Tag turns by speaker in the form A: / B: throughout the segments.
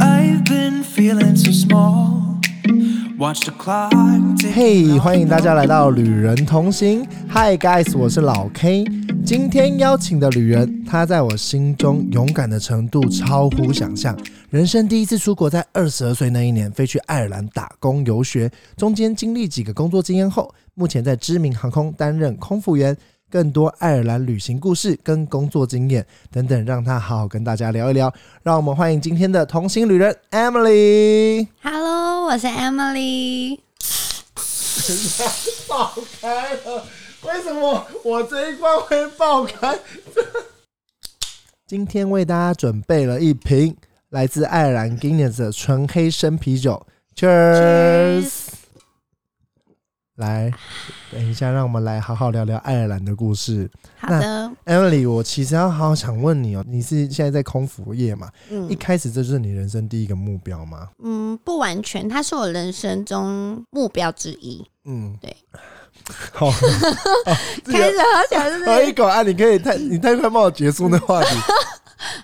A: I've been feeling so small. Watch the clock.
B: 嘿
A: Hey，
B: 欢迎大家来到旅人同行。Hi guys，我是老 K。今天邀请的旅人，他在我心中勇敢的程度超乎想象。人生第一次出国，在二十二岁那一年飞去爱尔兰打工游学，中间经历几个工作经验后，目前在知名航空担任空服员。更多爱尔兰旅行故事跟工作经验等等，让他好好跟大家聊一聊。让我们欢迎今天的同行旅人 Emily。
C: Hello，我是 Emily。
B: 爆开了，哎为什么我这一罐会爆开？今天为大家准备了一瓶来自爱尔兰 Guinness 的纯黑生啤酒，Cheers！来，等一下，让我们来好好聊聊爱尔兰的故事。
C: 好的，
B: Emily，我其实要好好想问你哦，你是现在在空服业嘛？一
C: 嗯
B: 开始这就是你人生第一个目标吗？
C: 嗯，不完全，它是我人生中目标之一。
B: 嗯，
C: 对。
B: 好，哦这个
C: 开始喝起 来是不
B: 喝一
C: 是？
B: 口啊！你可以 太你太快帮我结束那话题。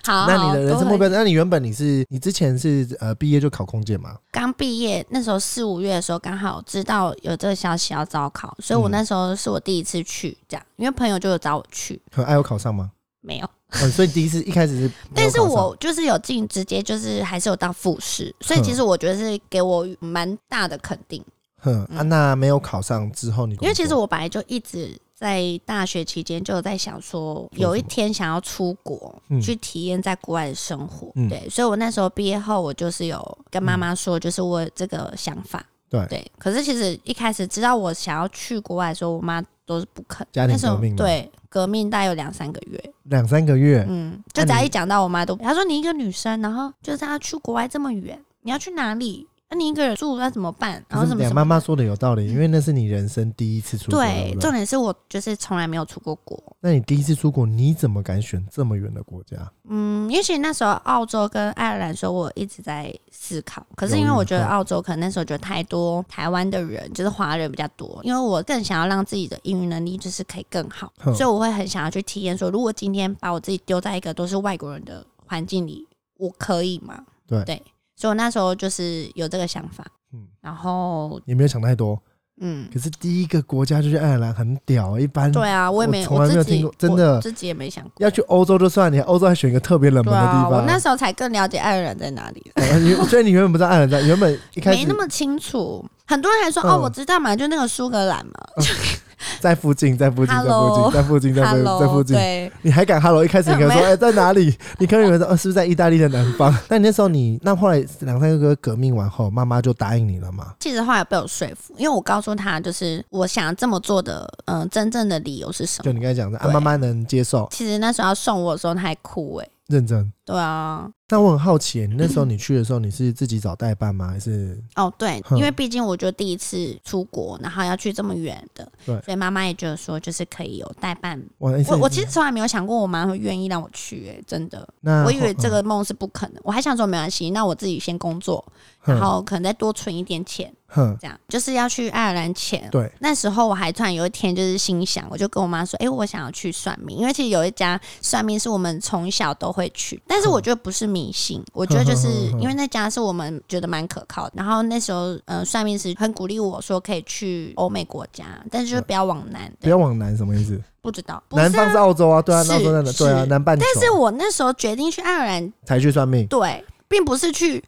C: 好，
B: 那你
C: 好
B: 的人
C: 多
B: 生
C: 喝
B: 目标？那你原本你是你之前是呃毕业就考空姐嘛？
C: 刚毕业那时候四五月的时候，刚好知道有这个消息要招考，所以我
B: 嗯
C: 那时候是我第一次去这样，因为朋友就有找我去，
B: 很爱有考上吗？
C: 没有，
B: 嗯，所以第一次一开始是没有考上，
C: 但是我就是有进，直接就是还是有到复试，所以其实我觉得是给我蛮大的肯定。
B: 哼啊，那没有考上之后你工作
C: 嗯因为其实我本来就一直在大学期间就有在想说，有一天想要出国、
B: 嗯
C: 去体验在国外的生活，
B: 嗯
C: 对，所以我那时候毕业后，我就是有跟妈妈说，就是我有这个想法，
B: 对
C: 对。可是其实一开始知道我想要去国外的时候，我妈都是不肯，
B: 家庭
C: 那时候
B: 革命吗
C: 对革命大概有两三个月，
B: 两三个月，
C: 嗯，就只要一讲到我妈都，她说你一个女生，然后就是要去国外这么远，你要去哪里？那你一个人住那怎么办？然
B: 可
C: 后
B: 是
C: 什么
B: 两
C: 什么嗯
B: 妈妈说的有道理，因为那是你人生第一次出国，对
C: 对，
B: 不对
C: 重点是我就是从来没有出过国。
B: 那你第一次出国，你怎么敢选这么远的国家？
C: 嗯，也许那时候澳洲跟爱尔兰说，我一直在思考。可是因
B: 犹
C: 为
B: 豫嗯
C: 我觉得
B: 后
C: 澳洲可能那时候觉得太多台湾的人，就是华人比较多，因为我更想要让自己的英语能力就是可以更好，
B: 哼
C: 所以我会很想要去体验说，如果今天把我自己丢在一个都是外国人的环境里，我可以吗？
B: 对
C: 所以我那时候就是有这个想法。
B: 嗯
C: 然后
B: 也没有想太多，
C: 嗯，
B: 可是第一个国家就是爱尔兰，很屌，一般
C: 对啊，我也
B: 我
C: 没
B: 从来没有
C: 自己
B: 听过真的
C: 我自己也没想过。
B: 要去欧洲就算，你还欧洲还选一个特别冷门
C: 对
B: 的
C: 啊，
B: 地
C: 我
B: 方，
C: 那时候才更了解爱尔兰在哪里了。
B: 哦你所以你原本不知道爱尔兰在，原本一开
C: 没
B: 始
C: 那么清楚。很多人还说、
B: 嗯
C: 哦，我知道嘛，就那个苏格兰嘛。
B: 在附近，在附近，在附
C: Hello
B: 近，在附近，在附近，
C: Hello，
B: 在附近。
C: 对，
B: 你还敢 Hello？一开始你可能说
C: 没有
B: 哎、在哪里？你可能以为说呃是不是在意大利的南方？但你那时候你那后来两三个月革命完后，妈妈就答应你了嘛？
C: 其实后来被我说服，因为我告诉他，就是我想这么做的，嗯、真正的理由是什么
B: 就。你刚才讲的啊，
C: 对
B: 妈妈能接受，
C: 其实那时候要送我的时候，他还哭哎、
B: 认真。
C: 对啊，
B: 那我很好奇，你那时候你去的时候，你是自己找代办吗？还是
C: 哦对，
B: 哼
C: 因为毕竟我就第一次出国，然后要去这么远的，
B: 对
C: 所以妈妈也觉得说，就是可以有代办。
B: 我
C: 我我其实从来没有想过我妈会愿意让我去、哎，真的，
B: 那
C: 我以为
B: 嗯
C: 这个梦是不可能，我还想说没关系，那我自己先工作，
B: 哼
C: 然后可能再多存一点钱，
B: 哼
C: 这样就是要去爱尔兰前。
B: 对
C: 那时候我还突然有一天就是心想，我就跟我妈说：“哎、我想要去算命，因为其实有一家算命是我们从小都会去，但
B: 嗯
C: 是我觉得不是迷信，我觉得就是因为那家是我们觉得蛮可靠的。然后那时候，嗯、算命师很鼓励我说可以去欧美国家，但是就不要往南，
B: 嗯不
C: 对，
B: 要往南什么意思？
C: 不知道，不
B: 南
C: 是
B: 方
C: 啊。
B: 是澳洲啊，对啊，
C: 是
B: 澳洲在哪？对啊，
C: 是
B: 南半球。
C: 但是我那时候决定去爱尔兰，
B: 才去算命。
C: 对，并不是去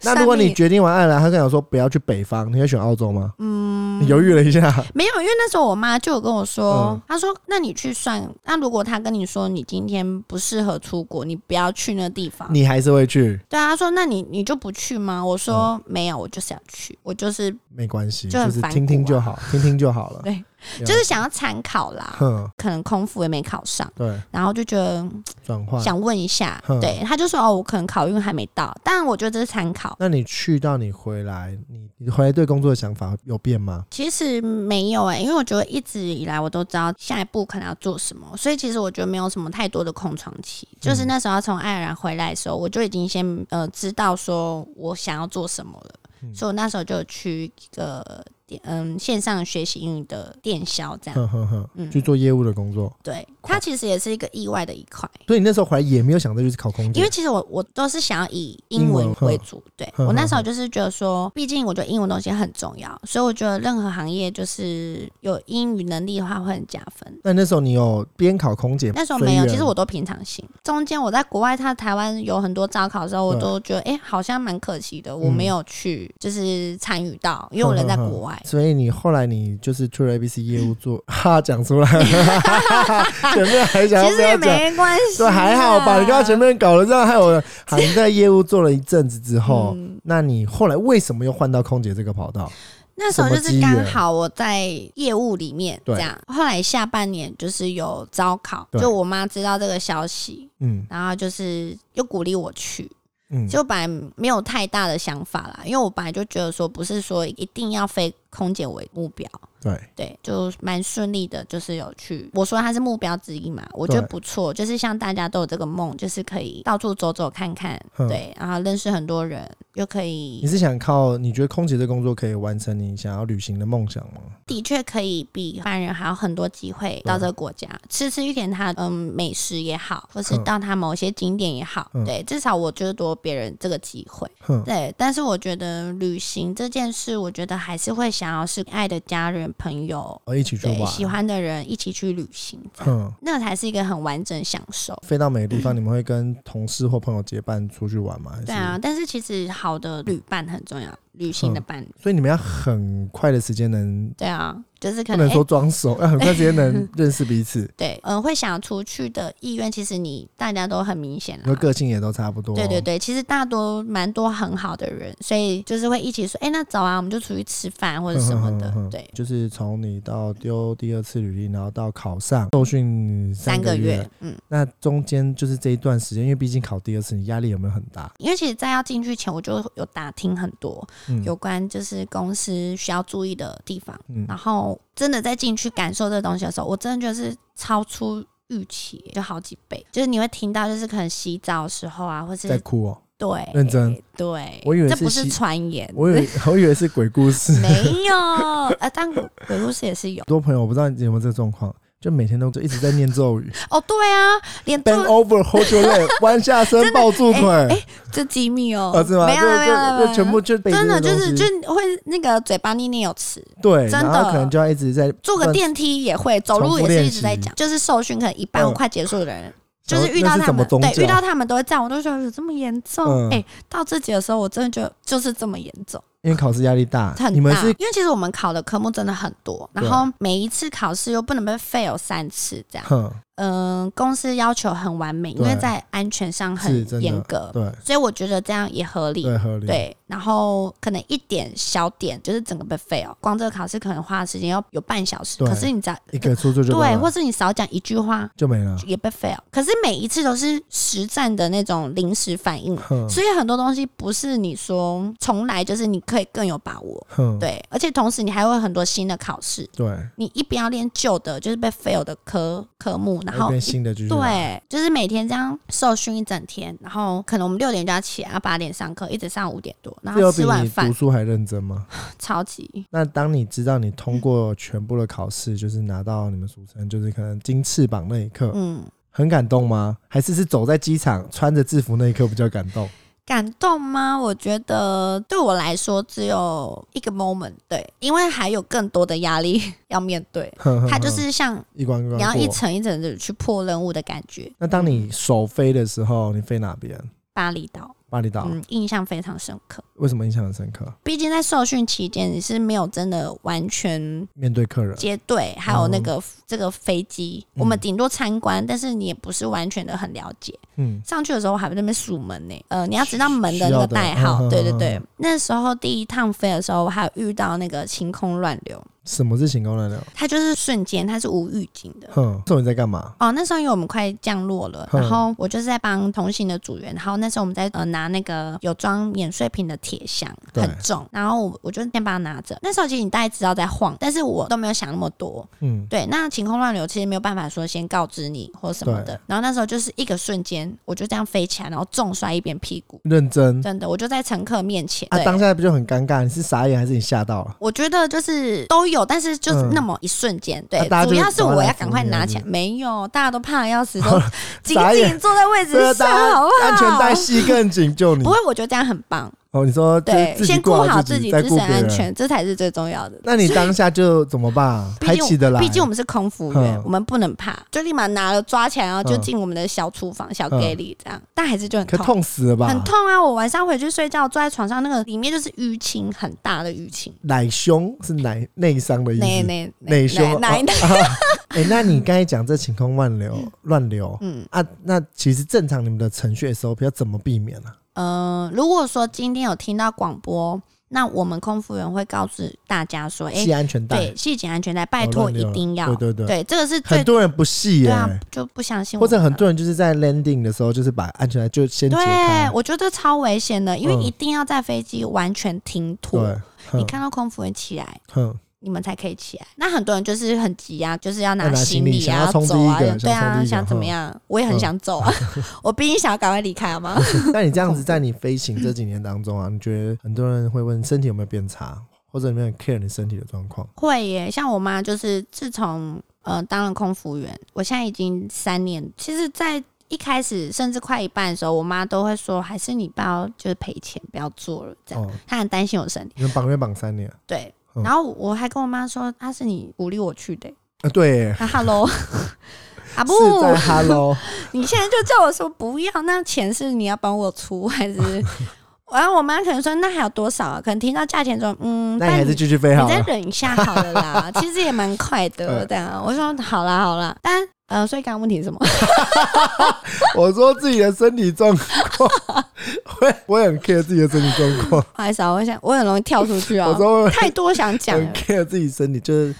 C: 算
B: 那
C: 命。
B: 如果你决定完爱尔兰，他跟你说不要去北方，你会选澳洲吗？嗯，你犹豫了一下。
C: 没有，因为那时候我妈就有跟我说，
B: 嗯
C: 她说：“那你去算，那如果她跟你说你今天不适合出国，你不要去那地方。”
B: 你还是会去，
C: 对啊，她说：“那你你就不去吗？”我说：“
B: 嗯
C: 没有，我就是要去，我就是
B: 没关系，
C: 就
B: 就
C: 很
B: 是
C: 反
B: 听
C: 骨
B: 听就
C: 啊
B: 好，听听就好了。
C: 对，
B: 解
C: 就是想要参考啦。
B: 哼，
C: 可能空腹也没考上，
B: 对，
C: 然后就觉得
B: 转换。
C: 想问一下
B: 嗯，
C: 对，她就说：‘哦，我可能考运还没到。’但我觉得这是参考，
B: 那你去到你回来，你你回来对工作的想法有变吗？
C: 其实没有哎、因为我觉得一直以来我都知道下一步可能要做什么，所以其实我觉得没有什么太多的空窗期。就是那时候要从爱尔兰回来的时候，我就已经先呃知道说我想要做什么了，所以我那时候就有去一个电嗯线上学习英语的电销这样。
B: 哼哼哼，
C: 嗯
B: 去做业务的工作。
C: 对，它其实也是一个意外的一块。
B: 所以你那时候回来也没有想到就是考空姐，
C: 因为其实我我都是想要以
B: 英
C: 英
B: 文
C: 文为主，对
B: 呵呵
C: 我那时候就是觉得说，毕竟我觉得英文东西很重要，所以我觉得任何行业就是有英语能力的话会很加分。
B: 那那时候你有边考空姐，
C: 那时候没有，
B: 随缘。
C: 其实我都平常心。中间我在国外，他台湾有很多招考的时候，我都觉得哎、诶好像蛮可惜的，我没有去就是参与到，因为我人在国外
B: 所以你后来你就是 True ABC 业务做， 哈讲出来 了， 前面还想
C: 其
B: 要
C: 实
B: 不
C: 也
B: 要讲？
C: 没 关系
B: 对，
C: 啦，
B: 还好吧。你刚刚前面搞了这样，害我喊在业务做了一阵子之后，
C: 嗯
B: 那你后来为什么又换到空姐这个跑道？
C: 那时候
B: 什
C: 就
B: 么
C: 是
B: 机缘
C: 刚好我在业务里面
B: 对
C: 这样，后来下半年就是有招考，
B: 对
C: 就我妈知道这个消息，
B: 嗯
C: 然后就是又鼓励我去，
B: 嗯，
C: 就本来没有太大的想法啦，因为我本来就觉得说不是说一定要非空姐为目标，
B: 对，
C: 对，就蛮顺利的，就是有去。我说它是目标之一嘛，我觉得
B: 对
C: 不错，就是像大家都有这个梦，就是可以到处走走看看，
B: 嗯
C: 对，然后认识很多人，又可
B: 你
C: 以
B: 是想靠你觉得空姐这工作可以完成你想要旅行的梦想吗？
C: 的确可以比一般人还有很多机会到这个国家，吃吃一点它嗯美食也好，或是
B: 嗯
C: 到它某些景点也好，
B: 嗯
C: 对，至少我就是多别人这个机会。
B: 哼，
C: 对，但是我觉得旅行这件事，我觉得还是会想要是爱的家人、朋友，
B: 哦我一起去
C: 对，
B: 玩，
C: 喜欢的人一起去旅行，
B: 哼。
C: 那才是一个很完整享受。
B: 飞到每个地方，你们会跟同事或朋友结伴出去玩吗？还是
C: 嗯对啊，但是其实好的旅伴很重要，旅行的伴侣。
B: 所以你们要很快的时间能，
C: 对啊，就是可
B: 不
C: 能
B: 能
C: 哎、
B: 说装熟，要很快时间能认识彼此，
C: 对，嗯、会想出去的意愿，其实你大家都很明显
B: 因为
C: 了。
B: 个性也都差不多。
C: 对对，对，其实大多蛮多很好的人，所以就是会一起说，哎、那走啊，我们就出去吃饭或者什么的
B: 嗯哼哼哼，
C: 对，
B: 就是从你到丢第二次履历，然后到考上受训
C: 三
B: 个
C: 个月，嗯。
B: 那中间就是这一段时间，因为毕竟考第二次，你压力有没有很大？
C: 因为其实，在要进去前，我就有打听很多、
B: 嗯
C: 有关就是公司需要注意的地方，
B: 嗯
C: 然后真的在进去感受这东西的时候，我真的就是超出预期，就好几倍。就是你会听到，就是可能洗澡的时候啊，或
B: 在
C: 是
B: 哭哦，
C: 对
B: 认真，
C: 对，
B: 我以为
C: 这
B: 是
C: 不
B: 洗
C: 是传言，
B: 我以为 我以为是鬼故事。
C: 没有啊，但鬼故事也是有
B: 很多朋友我不知道你有没有这个状况，就每天都就一直在念咒 语
C: 哦，对啊，连做
B: ，bend over hold your leg，弯 下身抱住腿，
C: 这机密哎哦，
B: 啊，是吗？
C: 没有
B: 就
C: 没有没有没
B: 就
C: 有，
B: 就全部就被
C: 真的
B: 这
C: 就
B: 个
C: 是
B: 东西
C: 就会那个嘴巴念念有词，
B: 对，
C: 真
B: 然
C: 的
B: 后可能就要一直在
C: 坐个电梯也会，走路也是一直在
B: 重
C: 讲，就是受训可能一半
B: 嗯
C: 快结束的人，
B: 想
C: 就
B: 说
C: 是遇到
B: 那是
C: 他
B: 什么
C: 们，
B: 宗教
C: 对，遇到他们都会这样，我都觉得有这么严重
B: 嗯。
C: 哎，到这集的时候，我真的觉得就是这么严重，
B: 因为考试压力大，
C: 很
B: 你们
C: 大。
B: 是
C: 因为其实我们考的科目真的很多，
B: 对啊
C: 然后每一次考试又不能被 fail 三次，这样。
B: 哼
C: 嗯，公司要求很完美，因
B: 对
C: 为在安全上
B: 是
C: 很
B: 真的
C: 严格，
B: 对
C: 所以我觉得这样也合理。
B: 对合理，
C: 对，然后可能一点小点就是整个被 fail，光这个考试可能花的时间要有半小时，
B: 对
C: 可是你只要
B: 一个出错就过
C: 对，
B: 了
C: 或是你少讲一句话
B: 就没了，
C: 也被 fail。可是每一次都是实战的那种临时反应，
B: 哼
C: 所以很多东西不是你说从来就是你可以更有把握。
B: 哼
C: 对，而且同时你还会有很多新的考试，
B: 对，
C: 你一边要练旧的，就是被 fail 的科科目，然
B: 一
C: 后
B: 边新的继
C: 嗯
B: 续来，
C: 对，就是每天这样受训一整天，然后可能我们六点就要起来，然后八点上课，一直上五点多，然
B: 这
C: 后
B: 有
C: 吃
B: 比
C: 晚
B: 你读
C: 饭，
B: 书还认真 吗？
C: 超级
B: 那当你知道你通
C: 嗯
B: 过全部的考试，就是拿到你们俗称就是可能金翅膀那一刻，
C: 嗯。
B: 很感动吗？还是是走在机场穿着制服那一刻比较感 动？
C: 感动吗？我觉得对我来说只有一个 moment，对，因为还有更多的压力要面对。
B: 哼哼
C: 它就
B: 哼
C: 是像
B: 一关一关
C: 你要一
B: 过
C: 层一层的去破任务的感觉。
B: 那当你首飞的时候，你飞哪边？
C: 巴厘岛，
B: 巴厘岛、
C: 嗯，印象非常深刻。
B: 为什么印象很深刻？
C: 毕竟在受训期间，你是没有真的完全
B: 面对客人，
C: 接队，还有那个、这个飞机，
B: 哦嗯
C: 我们顶多参观，但是你也不是完全的很了解。
B: 嗯，
C: 上去的时候，我还在那边数门呢、呃，你要知道门的那个代
B: 需要
C: 号，
B: 的
C: 对
B: 嗯
C: 对
B: 嗯
C: 对。那时候第一趟飞的时候，我还有遇到那个晴空乱流，
B: 什么是晴空乱流？
C: 它就是瞬间，它是无预警的。
B: 哼，这种你在干嘛？
C: 哦，那时候因为我们快降落了，
B: 嗯
C: 然后我就是在帮同行的组员，然后那时候我们在呃拿那个有装免税品的铁箱，
B: 对
C: 很重，然后我我就先把它拿着。那时候其实你大概知道在晃，但是我都没有想那么多。
B: 嗯，
C: 对，那晴空乱流其实没有办法说先告知你或什么的。然后那时候就是一个瞬间，我就这样飞起来，然后重摔一边屁股，
B: 认真
C: 真的，我就在乘客面前。
B: 嗯啊，
C: 对
B: 当下不就很尴尬？你是傻眼还是你吓到了？
C: 我觉得就是都有，但是就是那么一瞬间，
B: 嗯啊
C: 对
B: 大家，就
C: 主要是我要赶
B: 抓
C: 快
B: 来
C: 拿
B: 扶你
C: 起来，没有，大家都怕得要 死，都紧
B: 傻眼
C: 紧坐 在位置
B: 这
C: 上，
B: 大
C: 好不
B: 家
C: 好？
B: 安全带系更紧，救你
C: 不。会，我觉得这样很棒，
B: 哦，你说就是
C: 对，
B: 自己
C: 先顾
B: 顾
C: 好
B: 自
C: 己
B: 再
C: 自
B: 顾
C: 身
B: 别
C: 安
B: 人。
C: 全，这才是最重要的。
B: 那你当下就怎么办？
C: 毕
B: 还
C: 竟
B: 起得来？
C: 毕竟我们是空服员
B: 嗯，
C: 我们不能怕，就立马拿了抓起来，然后就
B: 嗯
C: 进我们的小厨房、小 gay 里这样，但还是就很
B: 可
C: 痛，
B: 痛死了吧？
C: 很痛啊！我晚上回去睡觉，坐在床上，那个里面就是淤青，很大的淤青，
B: 奶胸是奶内伤的意思。
C: 那那
B: 内胸哦
C: 那那
B: 哎、那你刚才讲这晴空乱流，乱流，
C: 嗯
B: 啊，那其实正常你们的程序 SOP 要怎么避免呢、啊？
C: 呃，如果说今天有听到广播，那我们空服员会告诉大家说，哎、
B: 系安全带，
C: 对，系紧安全带，拜
B: 哦
C: 托
B: 乱
C: 一
B: 流
C: 定要，
B: 对对对
C: 这个是最
B: 很多人不系耶、
C: 对啊，就不相信我
B: 或
C: 们
B: 者很
C: 了
B: 多人就是在 landing 的时候，就是把安全带就先解
C: 对
B: 开，，
C: 我觉得超危险的，因为
B: 嗯
C: 一定要在飞机完全停
B: 对
C: 妥，，
B: 哼
C: 你看到空服员起来。
B: 哼，
C: 你们才可以起来。那很多人就是很急啊，就是要
B: 要
C: 拿
B: 拿行
C: 行
B: 李
C: 李
B: 想
C: 啊，
B: 要冲
C: 走啊
B: 第一个，想冲
C: 对
B: 第
C: 啊，
B: 一个
C: 想怎么
B: 嗯
C: 样？我也很
B: 嗯
C: 想走啊， 我毕竟想要赶快离开 好吗？
B: 那你这样子在你飞行这几年当中啊，你觉得很多人会问身体有没有变差，或者有没有很 care 你身体的状况？
C: 会耶，像我妈就是自从呃当了空服员，我现在已经三年，其实，在一开始甚至快一半的时候，我妈都会说，还是你不要就是赔钱，不要做了这样。
B: 哦，
C: 她很担心我身体，
B: 你们绑月绑三 年，
C: 对。
B: 嗯
C: 然后我还跟我妈说，她是你鼓励我去的、
B: 啊，对耶，
C: 那 hello，阿啊布，
B: 是在 Hello，
C: 你现在就叫我说不要，那钱是你要帮我出还 是？然后我妈可能说那还有多少啊？可能听到价钱说嗯，
B: 那你还
C: 但
B: 是继续飞好
C: 你再
B: 了。
C: 忍一下好了 啦，其实也蛮快的。
B: 嗯
C: 这样，我说好啦好啦，但呃，所以刚刚问题是什么？
B: 我说自己的身体状况， 会我也很 care 自己的身体状况。
C: 不好意思啊，我想我很容易跳出 去啊
B: 我，说我
C: 太多想讲了
B: 很。care 自己身体，就是其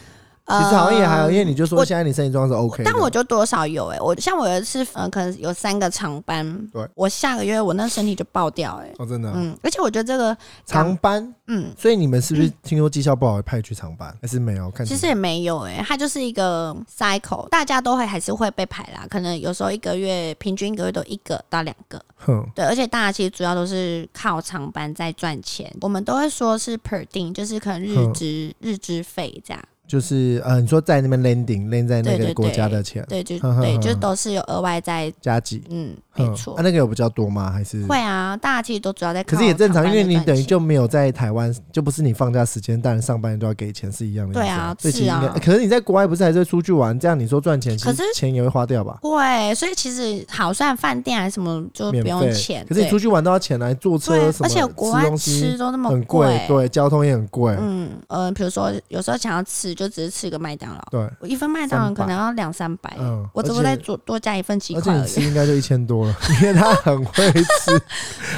C: 呃
B: 实好像也还好，因为你就说
C: 我
B: 现在你身体状况是 OK 的。
C: 但我就多少有哎、我像我有一次呃，可能有三个长班，
B: 对
C: 我下个月我那身体就爆掉哎、
B: 哦真的啊
C: 嗯，而且我觉得这个
B: 长班，
C: 嗯，
B: 所以你们是不是听说绩效不好会派去长班，还是没有？看
C: 其
B: 情
C: 实也没有诶、它就是一个 cycle，大家都会还是会被排啦。可能有时候一个月平均一个月都一个到两个，
B: 哼
C: 对。而且大家其实主要都是靠长班在赚钱，我们都会说是 per d i n 就是可能日
B: 嗯
C: 资、日资费这样。
B: 就是呃，你说在那边 landing land 在那
C: 对
B: 个
C: 对
B: 国家
C: 对
B: 的钱
C: 对，就
B: 哼哼
C: 对，就
B: 哼
C: 都是有额外在
B: 加几，
C: 嗯，
B: 哼
C: 没错
B: 啊，，那个有比较多吗？还是
C: 会啊，大家其实都主要在
B: 可
C: 靠长
B: 是
C: 班
B: 也
C: 在赚
B: 正
C: 钱。
B: 常，因为你等于就没有在台湾，就不是你放假时间，当然上班都要给钱是一样的意思。
C: 对啊
B: 所以其实应该呃
C: 是啊
B: 可是你在国外不是还是会出去玩？这样你说赚钱，其
C: 可
B: 实
C: 是
B: 钱也会花掉吧？
C: 会，所以其实好算饭店还是什么就呃不
B: 免
C: 用
B: 费
C: 钱，
B: 可是你
C: 对
B: 出去玩都要钱来坐车
C: 对啊
B: 什，么，
C: 而且国外
B: 东
C: 吃
B: 西
C: 都那么
B: 很对，交通也很贵，
C: 嗯呃，比如说有时候想要吃，就只是吃一个麦当劳，
B: 对。
C: 我一份麦当劳可能要两三百，
B: 嗯
C: 我只不
B: 而
C: 过
B: 且
C: 再多多加一份几
B: 而
C: 块
B: 且
C: 而
B: 你吃
C: 已。
B: 应该就一千多了， 因为他很会吃，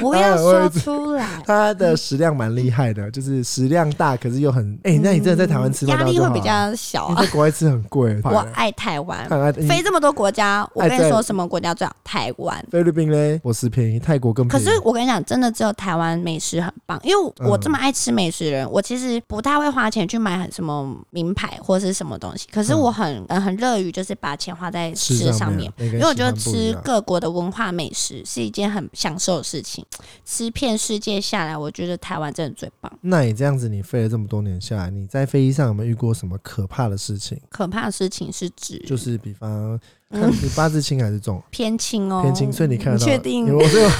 C: 不
B: 呃
C: 要说出来，
B: 他的食量蛮厉害的，就是食量大，可是又很哎、那你真的在台湾吃
C: 压
B: 麦当劳
C: 力
B: 就
C: 会
B: 好
C: 比
B: 了，
C: 较小
B: 你
C: 啊。
B: 在国外吃很 贵，
C: 我爱台湾，
B: 看来
C: 飞这么多国家，我
B: 哎
C: 跟你
B: 对
C: 说什么国家最好？台湾。
B: 菲律宾嘞，我食便宜，泰国更
C: 可
B: 便宜。
C: 是我跟你讲，真的只有台湾美食很棒，因为我
B: 嗯
C: 这么爱吃美食的人，我其实不太会花钱去买很什么名牌或是什么东西，可是
B: 嗯
C: 我很、呃、很乐于就是把钱花在
B: 吃
C: 吃上
B: 面
C: 面。，
B: 因
C: 因为我觉得吃各国的文化美食是一件很享受的事情，吃遍世界下来，我觉得台湾真的最棒。
B: 那你这样子，你飞了这么多年下来，你在飞机上有没有遇过什么可怕的事情？
C: 可怕的事情是指
B: 就是比方，看你八字轻还是重？
C: 偏轻嗯哦，
B: 偏轻，所以你看得到。
C: 确定
B: 你我这个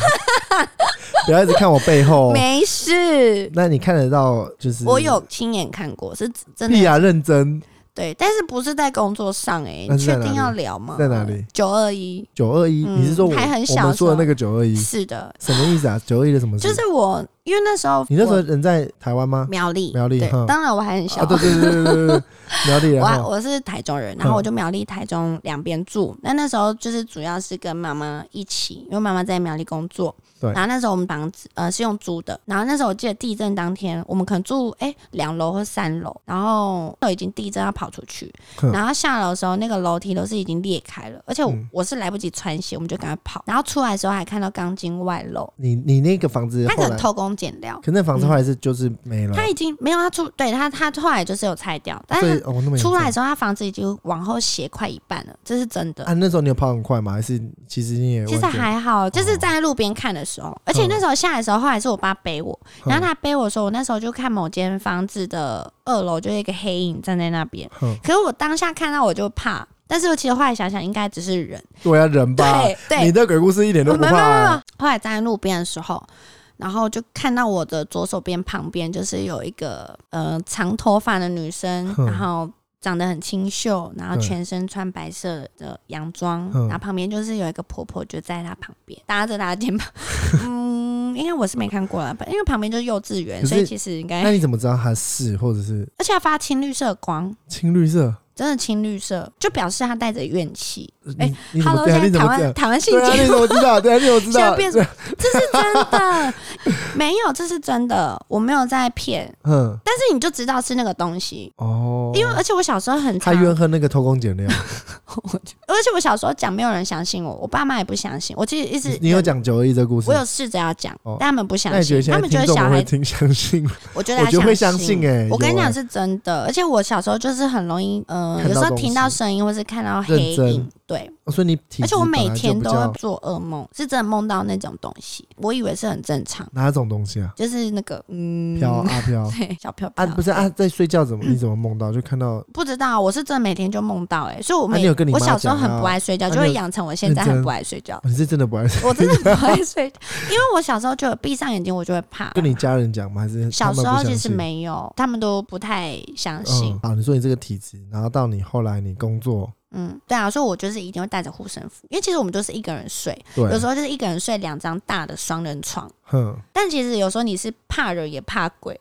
B: 不要一直看我背后。
C: 没事，
B: 那你看得到就是
C: 我有亲眼看过，是真
B: 屁
C: 的
B: 啊，认真
C: 对，但是不是在工作上哎、
B: 那
C: 你
B: 啊是在
C: 确
B: 哪里
C: 定要聊吗？
B: 在哪里？
C: 九二一，
B: 九二一，
C: 嗯
B: 你是说我
C: 还很小
B: 我们说的那个九二一
C: 是的，
B: 什么意思 啊？九二一的什么事？
C: 就是我，因为那时候
B: 你那时候
C: 我
B: 人在台湾吗？
C: 苗栗，
B: 苗栗
C: 对
B: 哼，
C: 当然我还很小
B: 啊，，对对对对对 对，苗栗人
C: 我啊
B: 哈
C: 我是台中人，然后我
B: 嗯
C: 就苗栗、台中两边住。那那时候就是主要是跟妈妈一起，因为妈妈在苗栗工作。
B: 对
C: 然后那时候我们房子呃是用租的，然后那时候我记得地震当天，我们可能住哎两楼或三楼，然后都已经地震要跑出去，
B: 哼
C: 然后下楼的时候那个楼梯都是已经裂开了，而且我,、
B: 嗯
C: 是来不及穿鞋，我们就赶快跑，然后出来的时候还看到钢筋外露，
B: 你你那个房子
C: 他
B: 后
C: 可
B: 来嗯
C: 能，偷工减料，
B: 可那房子后来是就是没了，
C: 他已经没有他出对他他后来就是有拆掉，但
B: 所以
C: 是
B: 哦那么严
C: 出
B: 重
C: 来的时候他房子已经往后斜快一半了，这是真的。
B: 啊，那时候你有跑很快吗？还是其实你也
C: 其实
B: 忘记了
C: 还好，就是站在路边看的时候，而且那时候下来的时候，后来是我爸背我，
B: 嗯
C: 然后他背我的时候，我那时候就看某间房子的二楼，就有一个黑影站在那边。
B: 嗯
C: 可是我当下看到我就怕，但是我其实后来想想，应该只是人。
B: 对啊人吧，
C: 对对
B: 你，的鬼故事一点都
C: 我
B: 不
C: 哦没有没有没有没
B: 怕啊
C: 有。后来站在路边的时候，然后就看到我的左手边旁边就是有一个呃长头发的女生，
B: 哼
C: 然后长得很清秀，然后
B: 对
C: 全身穿白色的洋装，
B: 嗯
C: 然后旁边就是有一个婆婆就在她旁边搭着她的 肩膀，嗯，应该我是没看过啦， 因为旁边就是幼稚园，
B: 可是哎
C: 所以其实应该
B: 那，你怎么知道它是或者是
C: 而且她发青绿色的光。
B: 青绿色？
C: 真的青绿色，就表示她带着怨气。
B: 你
C: 哎
B: 你怎么
C: Hello，
B: 对啊？你
C: 现
B: 怎
C: 在台
B: 么对
C: 湾
B: 啊？
C: 台湾性
B: 对啊，
C: 节
B: 你怎么知道？对啊，你怎么知
C: 现
B: 道
C: 在？变
B: 对
C: 这是真的，没有，这是真的，我没有在骗。
B: 嗯，
C: 但是你就知道是那个东西，
B: 哦，
C: 因为而且我小时候很
B: 他
C: 常，
B: 怨恨那个偷工减料，
C: 而且我小时候讲没有人相信我，我爸妈也不相信。我其实一直
B: 你有，讲九二一这故事
C: 我，有试着要讲
B: 哦，
C: 但他们不
B: 那
C: 相
B: 你觉
C: 信
B: 得，现
C: 他
B: 在
C: 们觉
B: 听
C: 得
B: 众
C: 小
B: 会
C: 孩，
B: 听相信吗？
C: 我觉得
B: 我觉得
C: 他
B: 会
C: 相
B: 相信欸
C: 我跟你
B: 有欸
C: 讲是真的，而且我小时候就是很容易，嗯，
B: 看到
C: 有时候
B: 东西
C: 听到声音或是看到黑
B: 认
C: 影
B: 真，
C: 对，
B: 哦所以你体
C: 而
B: 质
C: 且我
B: 本来
C: 每
B: 就
C: 天
B: 比
C: 都
B: 较
C: 会做噩梦，是真的梦到那种东西，我以为是很正常，
B: 哪种东西啊？
C: 就是那个嗯，
B: 飘啊飘
C: 对，小飘飘
B: 啊，不是啊，在睡觉 怎么你怎么梦到就看到哦
C: 不知道，我是真的每天就梦到哎、欸，所以我
B: 啊
C: 每、
B: 你有跟你妈
C: 我小时候
B: 讲
C: 很
B: 啊
C: 不爱睡觉，
B: 啊
C: 就
B: 你
C: 会
B: 有
C: 养成我现在
B: 认真。
C: 很不爱睡觉
B: 你是真的不爱 睡，
C: 我真的不爱睡觉，因为我小时候就有闭上眼睛我就会怕。
B: 跟你家人讲吗？还是
C: 小
B: 他们
C: 时
B: 不
C: 候
B: 相
C: 其实
B: 信
C: 没有，他们都不太相信
B: 嗯。啊？你说你这个体质，然后到你后来你工作，
C: 嗯对啊，所以我就是一定会带着护身符，因为其实我们都是一个人睡，
B: 对，
C: 有时候就是一个人睡两张大的双人床。
B: 哼，
C: 但其实有时候你是怕人也怕鬼，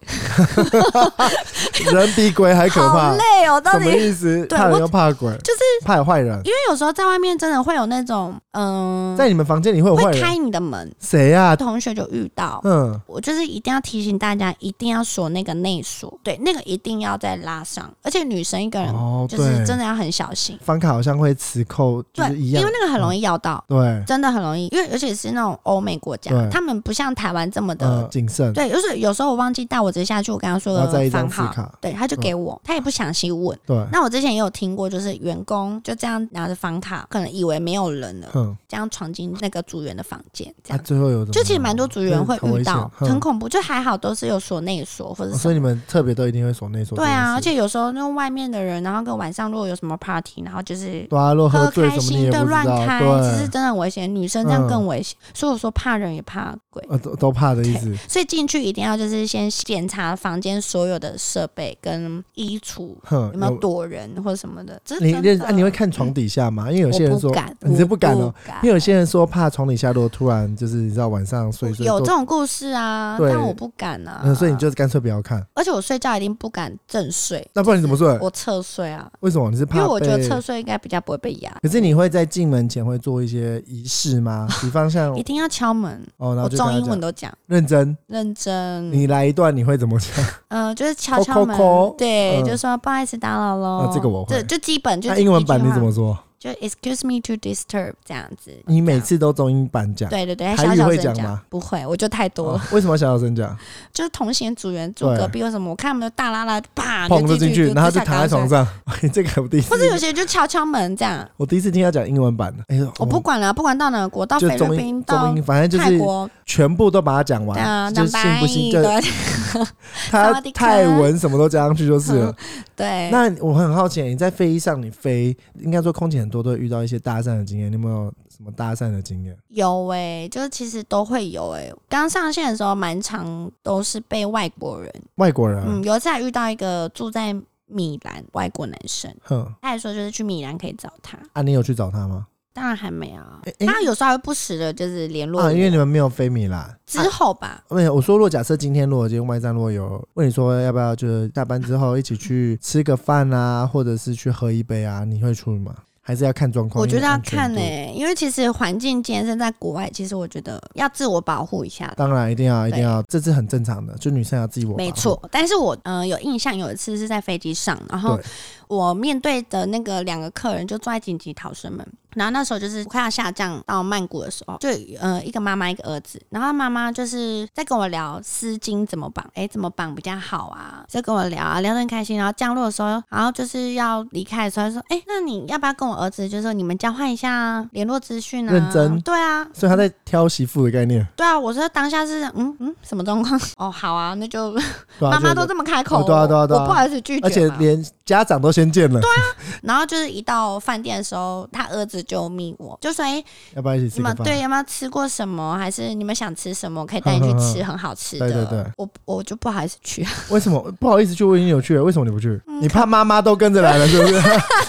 B: 人比鬼还可怕
C: 好，累哦，到
B: 什
C: 底
B: 么意思？
C: 对
B: 怕人
C: 我
B: 又怕鬼，
C: 就是
B: 怕有坏人，
C: 因为有时候在外面真的会有那种嗯，
B: 在你们房间里会有坏
C: 会
B: 人，
C: 开你的门，
B: 谁呀？
C: 同学就遇到，
B: 嗯，
C: 我就是一定要提醒大家，一定要锁那个内锁，对，那个一定要再拉上，而且女生一个人
B: 哦，
C: 就
B: 对，
C: 是真的要很小心，
B: 房卡好像会磁扣，就
C: 对，
B: 是一
C: 因
B: 样嗯
C: 为，那个很容易要到，
B: 对，
C: 真的很容易，因为而且是那种欧美国家
B: 对，
C: 他们不像台湾这么
B: 呃，
C: 的，
B: 谨慎，
C: 对，就是有时候我忘记带我直接下去，我跟他说
B: 然后再一
C: 个
B: 张磁
C: 房号，
B: 卡，嗯
C: 对，他就给我，他也不详细问。
B: 对，
C: 那我之前也有听过，就是员工就这样拿着房卡，可能以为没有人了，
B: 哼，
C: 这样闯进那个组员的房间，
B: 嗯
C: 这
B: 啊，
C: 样。
B: 最后有怎么
C: 就其实
B: 样
C: 蛮多组员会遇
B: 嗯
C: 到，
B: 很危险
C: 很恐怖。就还好都是有锁内锁或者
B: 哦
C: 什
B: 所以
C: 么。
B: 你们特别都一定会锁内锁这
C: 对
B: 件事，
C: 啊，而且有时候那外面的人，然后跟晚上如果有什么 party，然后就是
B: 对啊，若喝醉
C: 开
B: 什么你也
C: 心
B: 不
C: 的
B: 知
C: 乱
B: 道，
C: 开，其
B: 对，
C: 实
B: 嗯
C: 真的很危险。女生这样更危险，所以我说怕人也怕鬼，
B: 呃，都都怕的意思，
C: 所以进去一定要就是先检查房间所有的设备跟衣橱
B: 哼，
C: 有没有躲人或什么的。这是
B: 你
C: 真
B: 认
C: 的
B: 啊？你会看床底下吗？因为有
C: 我
B: 些人说
C: 不，敢，
B: 你是不敢哦
C: 我不敢
B: 因为有些人说怕床底下，如果突然就是你知道晚上睡一睡
C: 有
B: 做
C: 这，种故事啊，
B: 对
C: 但我不敢啊。
B: 嗯，所以你就干脆不要看。
C: 而且我睡觉一定不敢正睡，
B: 那不然你怎么睡？
C: 我侧睡啊，
B: 为什么你是
C: 因为
B: 呃怕
C: 我觉得
B: 被？
C: 侧睡应该比较不会被压。
B: 可是你会在进门前会做一些仪式吗？比方像
C: 一定要敲门，
B: 哦，然后
C: 我
B: 就跟
C: 中
B: 他
C: 英文
B: 讲
C: 都讲，
B: 认真，
C: 认真。
B: 你来一段你会怎么讲？
C: 嗯、就是敲敲
B: 扣
C: 门，
B: 扣扣
C: 对，
B: 嗯
C: 就说不好意思打扰喽
B: 啊。这个我会
C: 对，就基 本就
B: 那
C: 是
B: 英文
C: 一句话
B: 版你怎么说？
C: 就 Excuse me to disturb 这样子。
B: 你每次都中英版讲，
C: 对对对，
B: 台
C: 小
B: 语
C: 小
B: 会
C: 声
B: 讲吗
C: 不会，我就太多
B: 哦
C: 了。
B: 为什么要小小声讲？
C: 就是同行组员住
B: 对
C: 隔壁，为什么我看他们啊就大拉拉，啪
B: 砰就进
C: 去
B: 去，，然后就
C: 下
B: 躺在
C: 钢
B: 床
C: 索。
B: 上。 哦哎，这 个我第一次
C: 或，者有些人就敲敲门这样，
B: 我第一次听他讲英文版的。哎呦，
C: 我不管了，不管到哪个国，到
B: 就
C: 菲
B: 中英
C: 律宾，
B: 中
C: 到
B: 英，反正就
C: 泰
B: 是
C: 国，
B: 全部都把它讲
C: 对啊，
B: 完，就
C: 南
B: 信不
C: 白
B: 信
C: 一
B: 就
C: 个，
B: 他
C: 萨瓦迪卡
B: 泰文什么都加上去就是了。
C: 嗯对，
B: 那我很好奇，你在飞机上你飞，应该说空姐很多都会遇到一些搭讪的经验，你有没有什么搭讪的经验？
C: 有哎、就是其实都会有哎、刚上线的时候，蛮常都是被外国人。
B: 外国人啊，
C: 嗯，有一次还遇到一个住在米兰外国男生，
B: 哼，
C: 他还说就是去米兰可以找他，
B: 啊，你有去找他吗？
C: 当然还没啊。
B: 诶诶
C: 他有时候还会不时的就是联络我、
B: 啊，因为你们没有飞米兰，啊
C: 之后吧，
B: 没有，我说，如果假设今天如果今天外站如果有问你说要不要，就是下班之后一起去吃个饭啊，或者是去喝一杯啊，你会去吗？还是要看状况。
C: 我觉得要
B: 因为安全
C: 看欸
B: 度
C: 呢、因为其实环境健身在国外，其实我觉得要自我保护一下。
B: 当然一定要一定
C: 对
B: 要，这是很正常的，就女生要自己我。
C: 没，错，哦但是我嗯、呃有印象，有一次是在飞机上，然后
B: 对
C: 我面对的那个两个客人就坐在紧急逃生门，然后那时候就是快要下降到曼谷的时候，就呃一个妈妈一个儿子，然后妈妈就是在跟我聊丝巾怎么绑，哎、怎么绑比较好啊，就跟我聊啊，聊得很开心，然后降落的时候，然后就是要离开的时候，他说哎、那你要不要跟我儿子就是说你们交换一下联络资讯啊？
B: 认真
C: 对啊，
B: 所以她在挑媳妇的概念，
C: 对啊，我说当下是嗯嗯什么状况？ 哦，好啊，那就
B: 对啊
C: 妈妈
B: 就
C: 都
B: 是
C: 这么开口
B: 哦
C: 了，
B: 对啊对啊对啊
C: 我不好意思拒绝嘛。啊
B: 而且连家长都先见了，
C: 然后就是一到饭店的时候，他儿子就密我，就说：“哎、
B: 要不要一起吃
C: 你
B: 个
C: 们
B: 饭？
C: 对有没有吃过什么？还是你们想吃什么？我可以带你去吃很好吃的。
B: 对对对
C: 我我就不好意思 去，
B: 为什么不好意思去？我已经有去了，为什么你不去？
C: 嗯
B: 你怕妈妈都跟着来了，是不 是？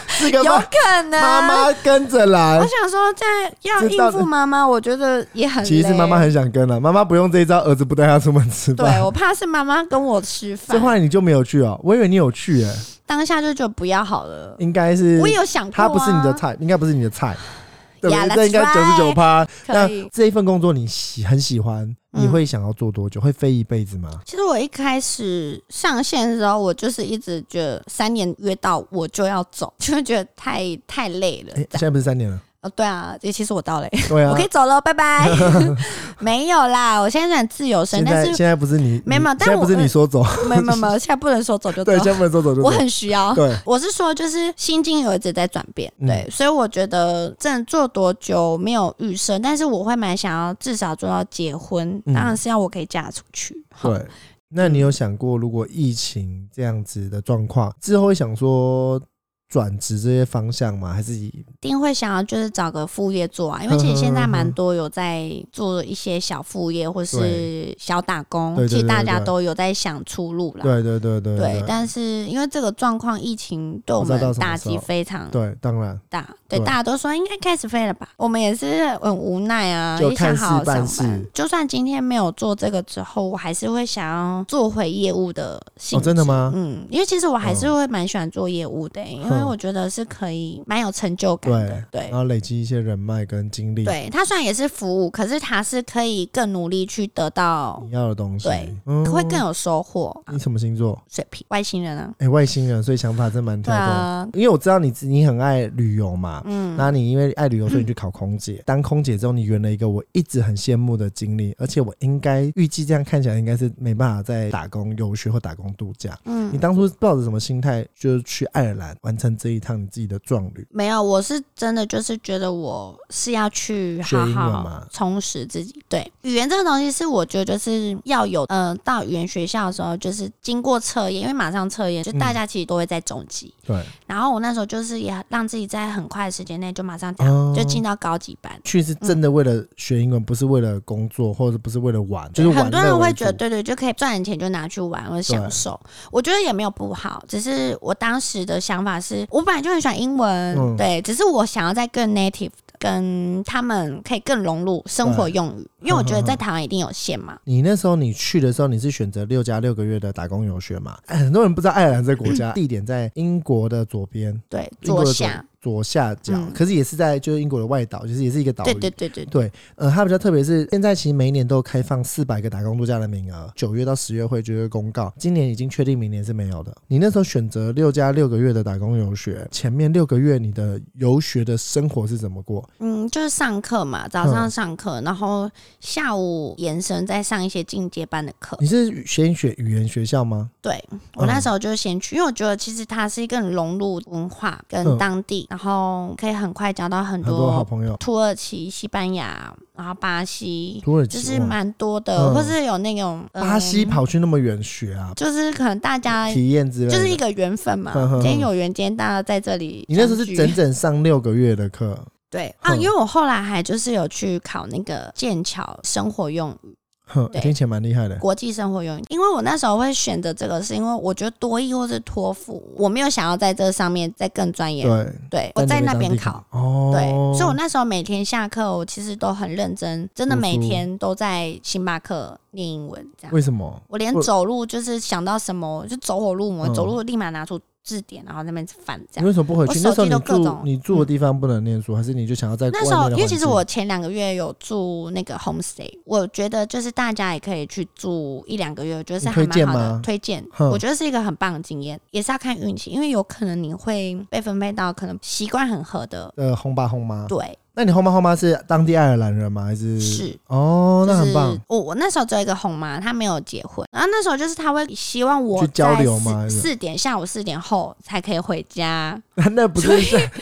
B: 是个
C: 有
B: 妈
C: 可能
B: 妈。妈跟着来
C: 我，想说，在要
B: 这到
C: 应
B: 底
C: 付妈妈，我觉得也很
B: 其实
C: 累
B: 妈妈很想跟啊了，妈妈不用这一招，儿子不带她出门吃
C: 对
B: 饭。
C: 我怕是妈妈跟我吃
B: 所以后
C: 饭，
B: 来你就没有去哦，我以为你有去诶、
C: 当下就觉得不要好了。
B: 应该是
C: 我也有想过、
B: 他
C: 啊，
B: 不是你的菜，应该不是你的菜，对不
C: Yeah,
B: 对？
C: that's
B: 这应该九十九趴。那
C: 可以。
B: 这一份工作你喜很喜欢，
C: 嗯
B: 你会想要做多久？会飞一辈子 吗？
C: 其实我一开始上线的时候，我就是一直觉得三年约到我就要走，就是觉得太太累了。
B: 哎，
C: 这
B: 现在
C: 样
B: 不是三年了？
C: 哦，对啊，也其实我到了，
B: 对啊
C: 我可，以走了，拜拜。没有啦，我现在很自由身，
B: 现
C: 但
B: 在
C: 是
B: 现在不是你，
C: 没有没有
B: 你现
C: 但
B: 在
C: 我
B: 不是你说走，
C: 没有没有没有，现在不能说走 就走
B: 对，，现在不能说走就
C: 我
B: 走。
C: 很需要。
B: 对，
C: 我是说，就是心境有一直在转变，
B: 嗯
C: 对，所以我觉得真的做多久没有预设，但是我会蛮想要至少做到结婚，
B: 嗯
C: 当然是要我可以嫁出去。好
B: 对，那你有想过，如果疫情这样子的状况之后，会想说转职这些方向吗？还是以
C: 一定会想要就是找个副业做啊，因为其实现 在蛮多有在做一些小副业或是小打工
B: 对，对
C: 其实大
B: 对对
C: 家
B: 对
C: 都有在想出路啦。
B: 对对对对
C: 对，但是因为这个状况，疫情对我
B: 不知道
C: 们
B: 到什么
C: 打
B: 时
C: 击
B: 候
C: 非常
B: 对，当然
C: 大，对
B: 对
C: 大家都说应该开始飞了吧，我们也是很无奈啊，
B: 就
C: 也想
B: 看事
C: 好好
B: 办
C: 上班
B: 事。
C: 就算今天没有做这个之后，我还是会想要做回业务的性
B: 哦，
C: 质。
B: 真的吗？嗯
C: 嗯，因为其实我还是会蛮喜欢做业务的、因为
B: 哼
C: 我觉得是可以蛮有成就感的。对
B: 然后累积一些人脉跟经历，
C: 对，它虽然也是服务，可是它是可以更努力去得到，
B: 你要的东西，
C: 对
B: 嗯
C: 会更有收获。
B: 你什么星座？
C: 水瓶外星人啊，
B: 哎、外星人，所以想法真蛮
C: 对
B: 跳动。
C: 啊，
B: 因为我知道你自你很爱旅游嘛，
C: 嗯，
B: 那你因为爱旅游，所以你去考空姐。当空姐之后，你圆了一个我一直很羡慕的经历，而且我应该预计这样看起来应该是没办法再打工游学或打工度假。你
C: 嗯，
B: 当初抱着什么心态，就是去爱尔兰完成这一趟你自己的壮旅？
C: 没有，我是真的就是觉得我是要去
B: 学
C: 好
B: 英文
C: 好
B: 嘛
C: 充实自己。对，语言这个东西是我觉得就是要有，呃，到语言学校的时候，就是经过测验，因为马上测验，就大
B: 嗯
C: 家其实都会在中级。
B: 对，
C: 然后我那时候就是也让自己在很快的时间内就马上讲，
B: 哦
C: 就进到高级班。
B: 去是真的为了学英文，不是为了工作，或者不是为了玩，就是玩
C: 很多
B: 乐
C: 人
B: 为
C: 会觉得，
B: 主
C: 对对，就可以赚点钱就拿去玩或者享受。我觉得也没有不好，只是我当时的想法是，我本来就很喜欢英文，
B: 嗯
C: 对，只是我想要再更 native 的跟他们可以更融入生活用语，因为我觉
B: 嗯
C: 得在台湾一定有限嘛。
B: 你那时候你去的时候，你是选择六加六个月的打工游学嘛？哎，很多人不知道爱尔兰这个国家，地点在英国的左边，
C: 对，
B: 英国
C: 左
B: 的
C: 下，
B: 左下角，
C: 嗯
B: 可是也是在就是英国的外岛，就是也是一个岛屿。
C: 对对对对，
B: 对呃，它比较特别是现在其实每一年都有开放四百个打工度假的名额，九月到十月会就会公告，今年已经确定明年是没有的。你那时候选择六加六个月的打工游学，前面六个月你的游学的生活是怎么过？
C: 嗯，就是上课嘛，早
B: 嗯
C: 上上课，然后下午延伸再上一些进阶班的课。
B: 你是先学语言学校吗？
C: 对我
B: 嗯
C: 那时候就先去，因为我觉得其实它是一个很融入文化跟
B: 嗯
C: 当地，然后可以很快交到很
B: 很多好
C: 多
B: 朋友，
C: 土耳其、西班牙，然后巴西，
B: 土耳其
C: 就是
B: 哇
C: 蛮多的，
B: 嗯
C: 或是有那种、呃
B: 巴西，跑去那么远学啊，
C: 就是可能大家
B: 体验之类的。
C: 就是一个缘分嘛
B: 嗯嗯，嗯
C: 今天有缘，今天大家在这里相聚。
B: 你那时候是整整上六个月的课
C: 对啊，
B: 嗯
C: 因为我后来还就是有去考那个剑桥生活用语
B: 哼，
C: 对
B: 听起来蛮厉害的。
C: 国际生活用语，因为我那时候会选择这个，是因为我觉得多益或是托福，我没有想要在这上面再更钻研，
B: 对，
C: 对我在那边
B: 当地
C: 考。
B: 哦，
C: 对，所以我那时候每天下课，我其实都很认真，真的
B: 读书
C: 每天都在星巴克念英文这样。
B: 为什么？
C: 我连
B: 我
C: 走路就是想到什么就走火入魔，
B: 嗯
C: 走路立马拿出字典，然后在那边翻
B: 你
C: 这样。
B: 为什么不回去？
C: 我
B: 那
C: 手
B: 时候
C: 机
B: 你
C: 都各
B: 住
C: 种
B: 你住的地方不能念书，还是你就想要在
C: 那时
B: 呃
C: 候，
B: 外面的
C: 因为其
B: 环
C: 实
B: 境
C: 我前两个月有住那个 homestay，我觉得就是大家也可以去住一两个月，我觉得是
B: 你
C: 还
B: 推荐
C: 蛮好的
B: 吗。
C: 推荐，
B: 哼
C: 我觉得是一个很棒的经验，也是要看运气，因为有可能你会被分配到可能习惯很合的，
B: 呃轰爸轰妈，
C: 对，
B: 那你后妈后妈是当地爱尔兰人吗？还是
C: 是
B: 哦，那很棒
C: 就。是我我那时候只有一个红妈，她没有结婚，然后那时候就是她会希望我
B: 去交流吗还
C: 在
B: 是
C: 四四点下午四点后才可以回家，
B: 那那不是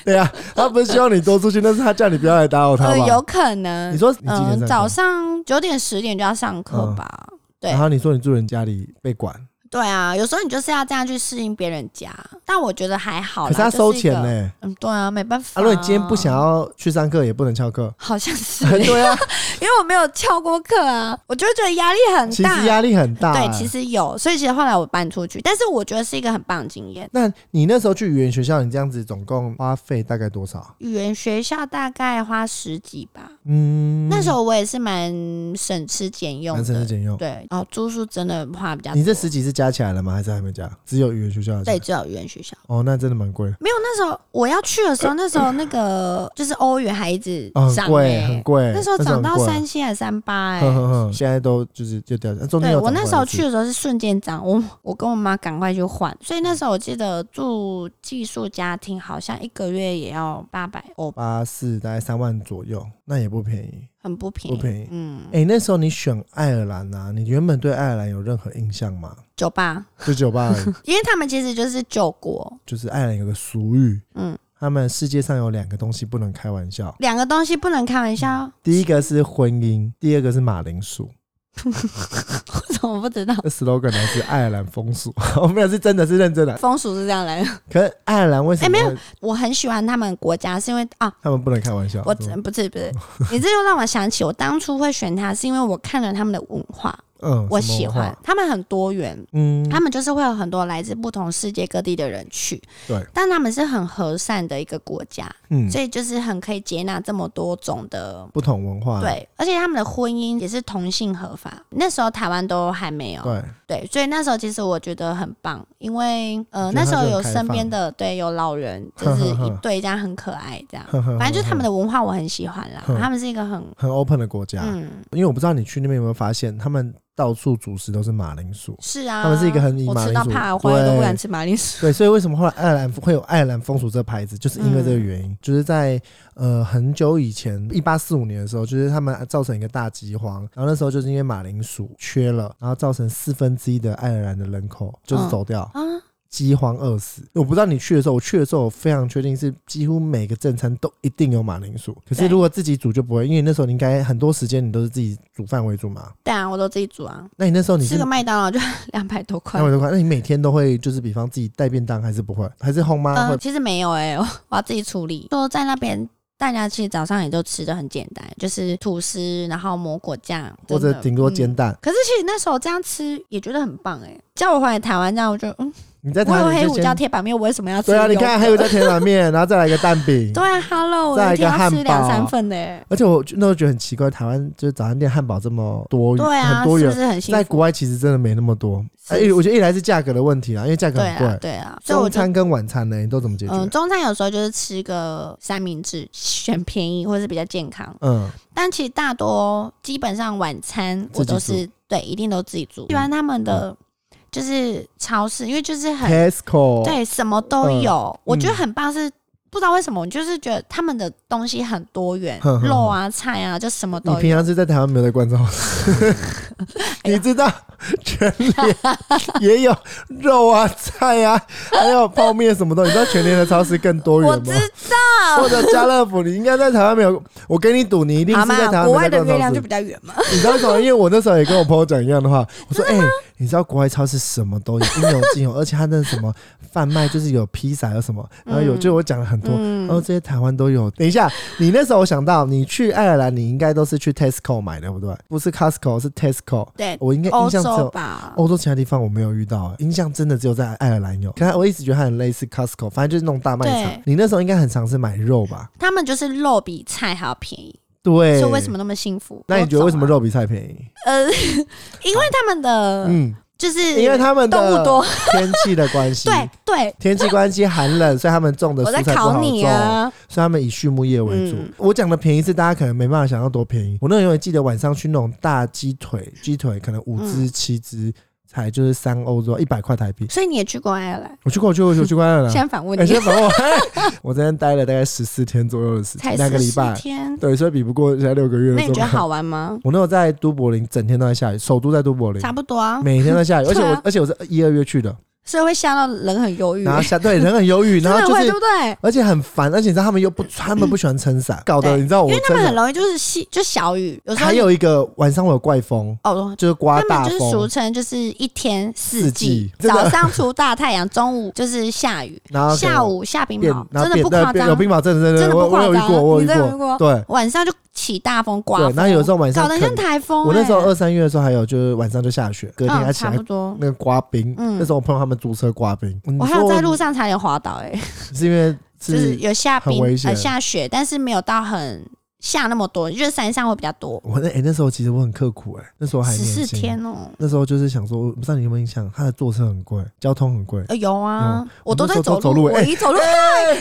B: 对啊，他不是希望你多出去，那是他叫你不要来打扰他
C: 呃，有
B: 吧？
C: 可能。
B: 你说你几点
C: 嗯，
B: 上
C: 早
B: 课？嗯
C: 上九点十点就要上课吧？对
B: 然后你说你住人家里被管，
C: 对啊，有时候你就是要这样去适应别人家，但我觉得还好
B: 可
C: 啦。
B: 是他收钱
C: 就是一个
B: 呢。
C: 嗯，对啊，没办法。。
B: 啊，如果你今天不想， 要去上课，也不能翘课
C: 好像是，因
B: 对啊，
C: 为我没有翘过课啊，我就会觉得压力很
B: 其
C: 大
B: 实。压力很大欸。
C: 对，其实有，所以其实后来我搬出去，但是我觉得是一个很棒的经验。
B: 那你那时候去语言学校，你这样子总共花费大概多少？
C: 语言学校大概花十几吧，
B: 嗯，
C: 那时候我也是蛮省吃俭用
B: 男生的
C: 的。
B: 简用。
C: 对，哦，住宿真的花比较多。
B: 你这十几是加起来了吗？还是还没加？只有语言学校的钱
C: 对，只有语言学校
B: 哦，那真的蛮贵的，
C: 没有。那时候我要去的时候，那时候那个就是欧元还一直
B: 哦，呃很
C: 涨、
B: 贵，
C: 欸，
B: 很贵。
C: 那时候涨到
B: 很贵
C: 三七还是三八哎。
B: 哼哼哼，现在都就是就掉，啊中间
C: 对
B: 有
C: 我
B: 涨
C: 那
B: 过
C: 时候
B: 一次
C: 去的时候是瞬间涨，我我跟我妈赶快去换，所以那时候我记得住寄宿家庭好像一个月也要八百欧，
B: 八四大概三万左右，那也不便宜。
C: 很不便宜。
B: 不便宜
C: 嗯，
B: 哎、那时候你选爱尔兰啊，你原本对爱尔兰有任何印象吗？
C: 酒吧，
B: 就酒吧而已，
C: 因为他们其实就是酒国，
B: 就是爱尔兰有个俗语，
C: 嗯，
B: 他们世界上有两个东西不能开玩笑，
C: 两个东西不能开玩笑，
B: 第一个是婚姻，第二个是马铃薯。
C: 我怎么不知道？
B: 这 slogan 来自爱尔兰风俗， 我没有是真的是认真的。
C: 风俗是这样来的。
B: 可是爱尔兰为什
C: 哎
B: 么
C: 没
B: 会、
C: 有我很喜欢他们国家，是因为啊，
B: 他们不能开玩笑？
C: 我
B: 是吗
C: 不是不是，你这又让我想起我当初会选它，是因为我看了他们的文化，
B: 嗯，
C: 我
B: 什么
C: 喜
B: 文化
C: 欢，他们很多元。
B: 嗯，
C: 他们就是会有很多来自不同世界各地的人去，
B: 对，
C: 但他们是很和善的一个国家，
B: 嗯
C: 所以就是很可以接纳这么多种的
B: 不同文化，
C: 对，而且他们的婚姻也是同性合法，那时候台湾都还没有，
B: 对，
C: 对，所以那时候其实我觉得很棒，因为
B: 觉得
C: 呃那时
B: 它
C: 候
B: 就很
C: 有
B: 开
C: 身边
B: 放
C: 的对有老人，就
B: 呵
C: 是
B: 呵呵
C: 一对这样很可爱这 样，
B: 呵呵呵
C: 反正就是他们的文化我很 喜欢啦，
B: 呵
C: 他们是一个很
B: 很 open 的国家。
C: 嗯
B: 因为我不知道你去那边有没有发现，他们到处主食都是马铃薯。
C: 是啊，
B: 他们是一个很以
C: 我
B: 马
C: 吃
B: 铃
C: 到
B: 薯
C: 怕，我回来都不敢
B: 对
C: 吃马铃薯，
B: 对，所以为什么后来爱尔兰会有爱尔兰风俗这牌子，就是因为这
C: 嗯
B: 个原因，就是在呃很久以前，一八四五年的时候，就是他们造成一个大饥荒，然后那时候就是因为马铃薯缺了，然后造成四分之一的爱尔兰的人口就是走掉，
C: 啊，
B: 饥荒饿死。我不知道你去的时候，我去的时候我非常确定是几乎每个正餐都一定有马铃薯，可是
C: 对
B: 如果自己煮就不会，因为那时候你应该很多时间你都是自己煮饭为主嘛。
C: 对啊，我都自己煮啊，
B: 那你那时候你是
C: 吃个麦当劳就 两百多块呃
B: 两。百多块，那你每天都会就是比方自己带便当，还是不会？还是后妈
C: 呃，
B: 会？
C: 其实没有哎、我我要自己处理。就在那边，大家其实早上也都吃的很简单，就是吐司，然后抹果酱，
B: 或者
C: 真的
B: 顶多煎
C: 嗯
B: 蛋，
C: 可是其实那时候这样吃也觉得很棒哎、叫我回来台湾这样，我就嗯，
B: 你在
C: 我
B: 台
C: 有
B: 湾
C: 黑
B: 你
C: 胡
B: 就
C: 椒
B: 先
C: 铁板面，我为什么要吃？
B: 对啊，你看还有一。家铁板面，然后再来一个蛋饼。
C: 对啊，Hello，我
B: 再来
C: 一
B: 一个
C: 天要吃
B: 汉
C: 两
B: 堡
C: 三份的、欸。
B: 而且我那时候觉得很奇怪，台湾就是早餐店汉堡这么多元，
C: 对啊，
B: 哦很多
C: 是不
B: 元，
C: 是很幸
B: 在
C: 福？
B: 国外其实真的没那么多。
C: 是
B: 哎，我觉得一来是价格的问题啦，因为价格
C: 对
B: 很贵
C: 啊，。对啊，所以我
B: 中
C: 就
B: 餐跟晚餐呢，你都怎么解决
C: 嗯、？中餐有时候就是吃个三明治，选便宜或是比较健康。
B: 嗯，
C: 但其实大多基本上晚餐我都
B: 自嗯
C: 是对，一定都自己煮。喜欢他们的就是超市，因为就是很
B: Tesco，
C: 对，什么都有。我觉得
B: 嗯
C: 很棒是。不知道为什么，我就是觉得他们的东西很多元
B: 哼，哼
C: 肉啊、菜啊，就什么都
B: 你平
C: 有。
B: 常是在台湾没有在关照我，
C: 哎
B: 你知道全联也有肉啊、菜啊，还有泡面什么的。你知道全联的超市更多
C: 我
B: 元
C: 知
B: 吗？ 或者家乐福，你应该在台湾没有。我跟你赌，你一定
C: 好
B: 是
C: 嘛
B: 在，台
C: 国
B: 湾
C: 外
B: 没在
C: 的月
B: 逛超
C: 亮就
B: 市
C: 比。较圆嘛。
B: 你知道为什么？因为我那时候也跟我朋友讲一样的话，我说：“哎、你知道国外超市什么都有，应有尽有，而且它那什么贩卖就是有披萨，有什么，然后有就我讲了很多，然后
C: 嗯，
B: 这些台湾都有。等一下，你那时候我想到，你去爱尔兰，你应该都是去 Tesco 买的，对不对？不是 Costco，是 Tesco。
C: 对，哦
B: 我应该
C: 欧
B: 印象只
C: 洲
B: 有哦
C: 吧，
B: 欧洲其他地方我没有遇到、啊印象真的只有在爱尔兰有。可是我一直觉得它很类似 Costco，反正就是那种大卖场
C: 对。
B: 你那时候应该很常是买肉吧？
C: 他们就是肉比菜还要便宜，
B: 对。
C: 所以为什么？那么幸福？
B: 那你觉得为什么
C: 多种啊？
B: 肉比菜便宜？
C: 啊呃，因为他们的
B: 嗯，
C: 就是
B: 因为他们
C: 动物
B: 的
C: 多，
B: 天气的关系，
C: 对对，
B: 天气关系寒冷，所以他们种的
C: 我在
B: 呃蔬菜不好
C: 考
B: 种，
C: 你啊，
B: 所以他们以畜牧业为主。
C: 嗯
B: 我讲的便宜是大家可能没办法想到多便宜。我那时候也记得晚上去那种大鸡腿，鸡腿可能五只七只，才就是三欧左右，一百块台币。
C: 所以你也去过爱尔兰，
B: 我去过，我去过，我去过去过爱尔
C: 现
B: 兰。
C: 在反问
B: 哎，
C: 你，
B: 先等我，我在那待了大概十四天左右的时间
C: 才，
B: 那个礼
C: 十
B: 拜，
C: 天，
B: 对，所以比不过现在六个月的
C: 那
B: 状
C: 你觉得
B: 况。
C: 好玩吗？
B: 我那时候在都柏林，整天都在下雨，首都在都柏林，
C: 差不多啊，
B: 每天都在下雨，而且
C: 对
B: 我
C: 啊
B: 而且我是一二月去的，
C: 所以会吓到人很忧郁
B: 然，后下对人很 忧郁，
C: 真
B: 然
C: 的
B: 后就
C: 会
B: 是哦
C: 对不对？
B: 而且很烦，而且你知道他们又 不，他们不喜欢撑伞，搞得
C: 对
B: 你知道我
C: 因为他
B: 真
C: 们很
B: 的。
C: 容易就是细就小雨，有时候
B: 还有一个晚上我有怪风，
C: 哦。
B: 就是刮
C: 他
B: 大
C: 们就是俗
B: 风，
C: 称就是一天
B: 四
C: 四
B: 季
C: 季，
B: 真的
C: 早上出大太阳，中午就是下雨，
B: 然后可能
C: 下午下冰
B: 变，
C: 雹，
B: 然
C: 真
B: 后
C: 的
B: 变
C: 不夸
B: 对有
C: 张。
B: 冰雹，真的真的
C: 真的
B: 我
C: 不夸
B: 我
C: 张
B: 有
C: 啊
B: 遇过，我
C: 你真的
B: 有
C: 有遇过哦
B: 对，
C: 晚上就起大风刮
B: 对，
C: 风，
B: 然后有时候晚上
C: 搞得像
B: 可能
C: 台风欸。
B: 我那时候二三月的时候还有就是晚上就下雪，隔天还
C: 嗯，
B: 起
C: 差
B: 来
C: 不多。
B: 那个刮冰，
C: 嗯
B: 那时候我朋友他们租车刮冰，你
C: 我还有
B: 说
C: 在路上差点滑倒，哎，
B: 是因为
C: 就是
B: 是
C: 有下
B: 很
C: 冰
B: 危险
C: 呃下雪，但是没有到很下那么多，就是山上会比较多，
B: 我那哎那时候其实我很刻苦哎，那时候还
C: 十
B: 年
C: 四
B: 轻，
C: 天哦。
B: 那时候就是想说，我不知道你有没有印象，他的坐车很贵，交通很贵，
C: 呃，有啊
B: 有，
C: 我都
B: 我那
C: 在
B: 时候
C: 走
B: 都走路
C: 我
B: 欸哦
C: 一走路，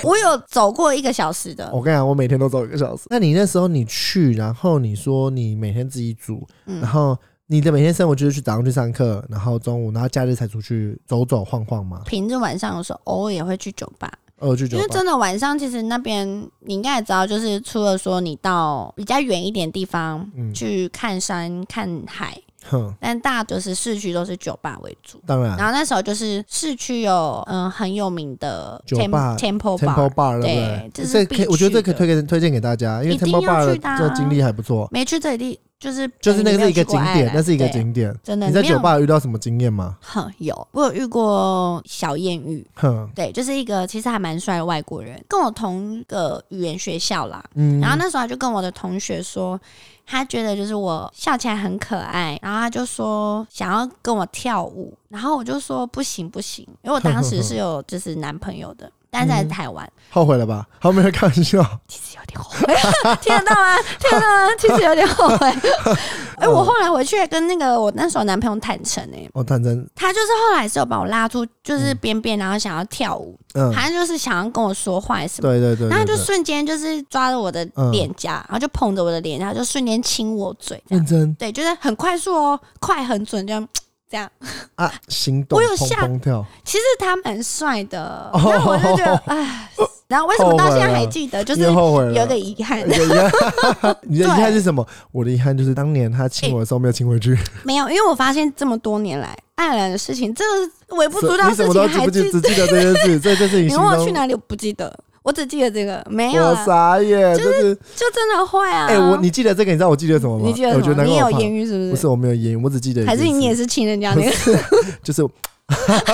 C: 我有走过一个小时的，
B: 我跟你讲，我每天都走一个小时。那你那时候你去，然后你说你每天自己煮，
C: 嗯
B: 然后你的每天生活就是去早上去上课，然后中午，然后假日才出去走走晃晃嘛，
C: 平日晚上的时候，偶尔也会去酒吧，
B: 呃，去酒
C: 因为
B: 吧。
C: 真的晚上其实那边你应该也知道，就是除了说你到比较远一点地方、
B: 嗯
C: 去看山看海，
B: 哼，
C: 但大就是市区都是酒吧为主。
B: 当
C: 然
B: 然
C: 后那时候就是市区有嗯很有名的
B: 酒吧
C: Tem- Temple
B: ，Temple
C: Bar，
B: Bar
C: 对
B: 对不
C: 这
B: 对？
C: 是
B: 这
C: 必
B: 可以，我觉得这可以
C: 去的
B: 推荐推荐给大家，因为
C: 一定
B: Temple
C: 要
B: Bar 的
C: 去的啊
B: 这经历还不错，
C: 没去这里就是
B: 就是那个是一个景
C: 你没有去过爱尔
B: 点，
C: 兰
B: 那是一个
C: 对
B: 景点。
C: 真的
B: 你在
C: 没有
B: 酒吧有遇到什么经验吗？
C: 哼，有，我有遇过小艳遇，
B: 哼，
C: 对，就是一个其实还蛮帅的外国人，跟我同个语言学校啦。
B: 嗯，
C: 然后那时候他就跟我的同学说，他觉得就是我笑起来很可爱，然后他就说想要跟我跳舞，然后我就说不行不行，因为我当时 是有就是男朋友的，但是
B: 嗯
C: 在台湾，
B: 后悔了吧？好，没有开玩笑。
C: 其实有点后悔，听得到吗？听得到吗？其实有点后 悔。哎、
B: 嗯
C: 我后来回去跟那个我那时候男朋友坦诚哎、
B: 我哦坦诚，
C: 他就是后来是有把我拉出就是边边，然后想要跳舞，
B: 嗯，
C: 好像就是想要跟我说话什么。
B: 对对对，
C: 然后就
B: 对对嗯
C: 瞬间就是抓着我的脸颊，然后就捧着我的脸，然后就瞬间亲我嘴，这样
B: 认真
C: 对，就是很快速哦，快很准，这样这样。
B: 啊，行动
C: 我有
B: 砰
C: 吓
B: 砰跳。
C: 其实他蛮帅的，
B: 哦
C: 然后我就 觉得哎，然后为什么到现在还记得？就是
B: 你也后悔了，
C: 有一个遗憾，
B: 有遗憾。你的遗憾是什么？我的遗憾就是当年他亲我的时候没有亲
C: 哎
B: 回去，
C: 没有，因为我发现这么多年来爱尔兰的事情，这微不足道
B: 你
C: 的
B: 什
C: 事
B: 么都
C: 情
B: 记
C: 还
B: 不
C: 记
B: 记，只记得这件 事，这就是你
C: 你
B: 心
C: 问我去
B: 中。
C: 哪里，我不记得，我只记得这个，没有
B: 我
C: 啊，
B: 傻眼，就是
C: 就真的会啊。
B: 哎，我你记得这个，你知道我记得什么吗？
C: 你记得
B: 我
C: 什
B: 觉得
C: 么？
B: 难
C: 你也
B: 怪我
C: 有
B: 怕
C: 言语是
B: 不
C: 不是？
B: 是我没有言语，我只记得
C: 还是你也
B: 是，
C: 是亲人家那个？
B: 就是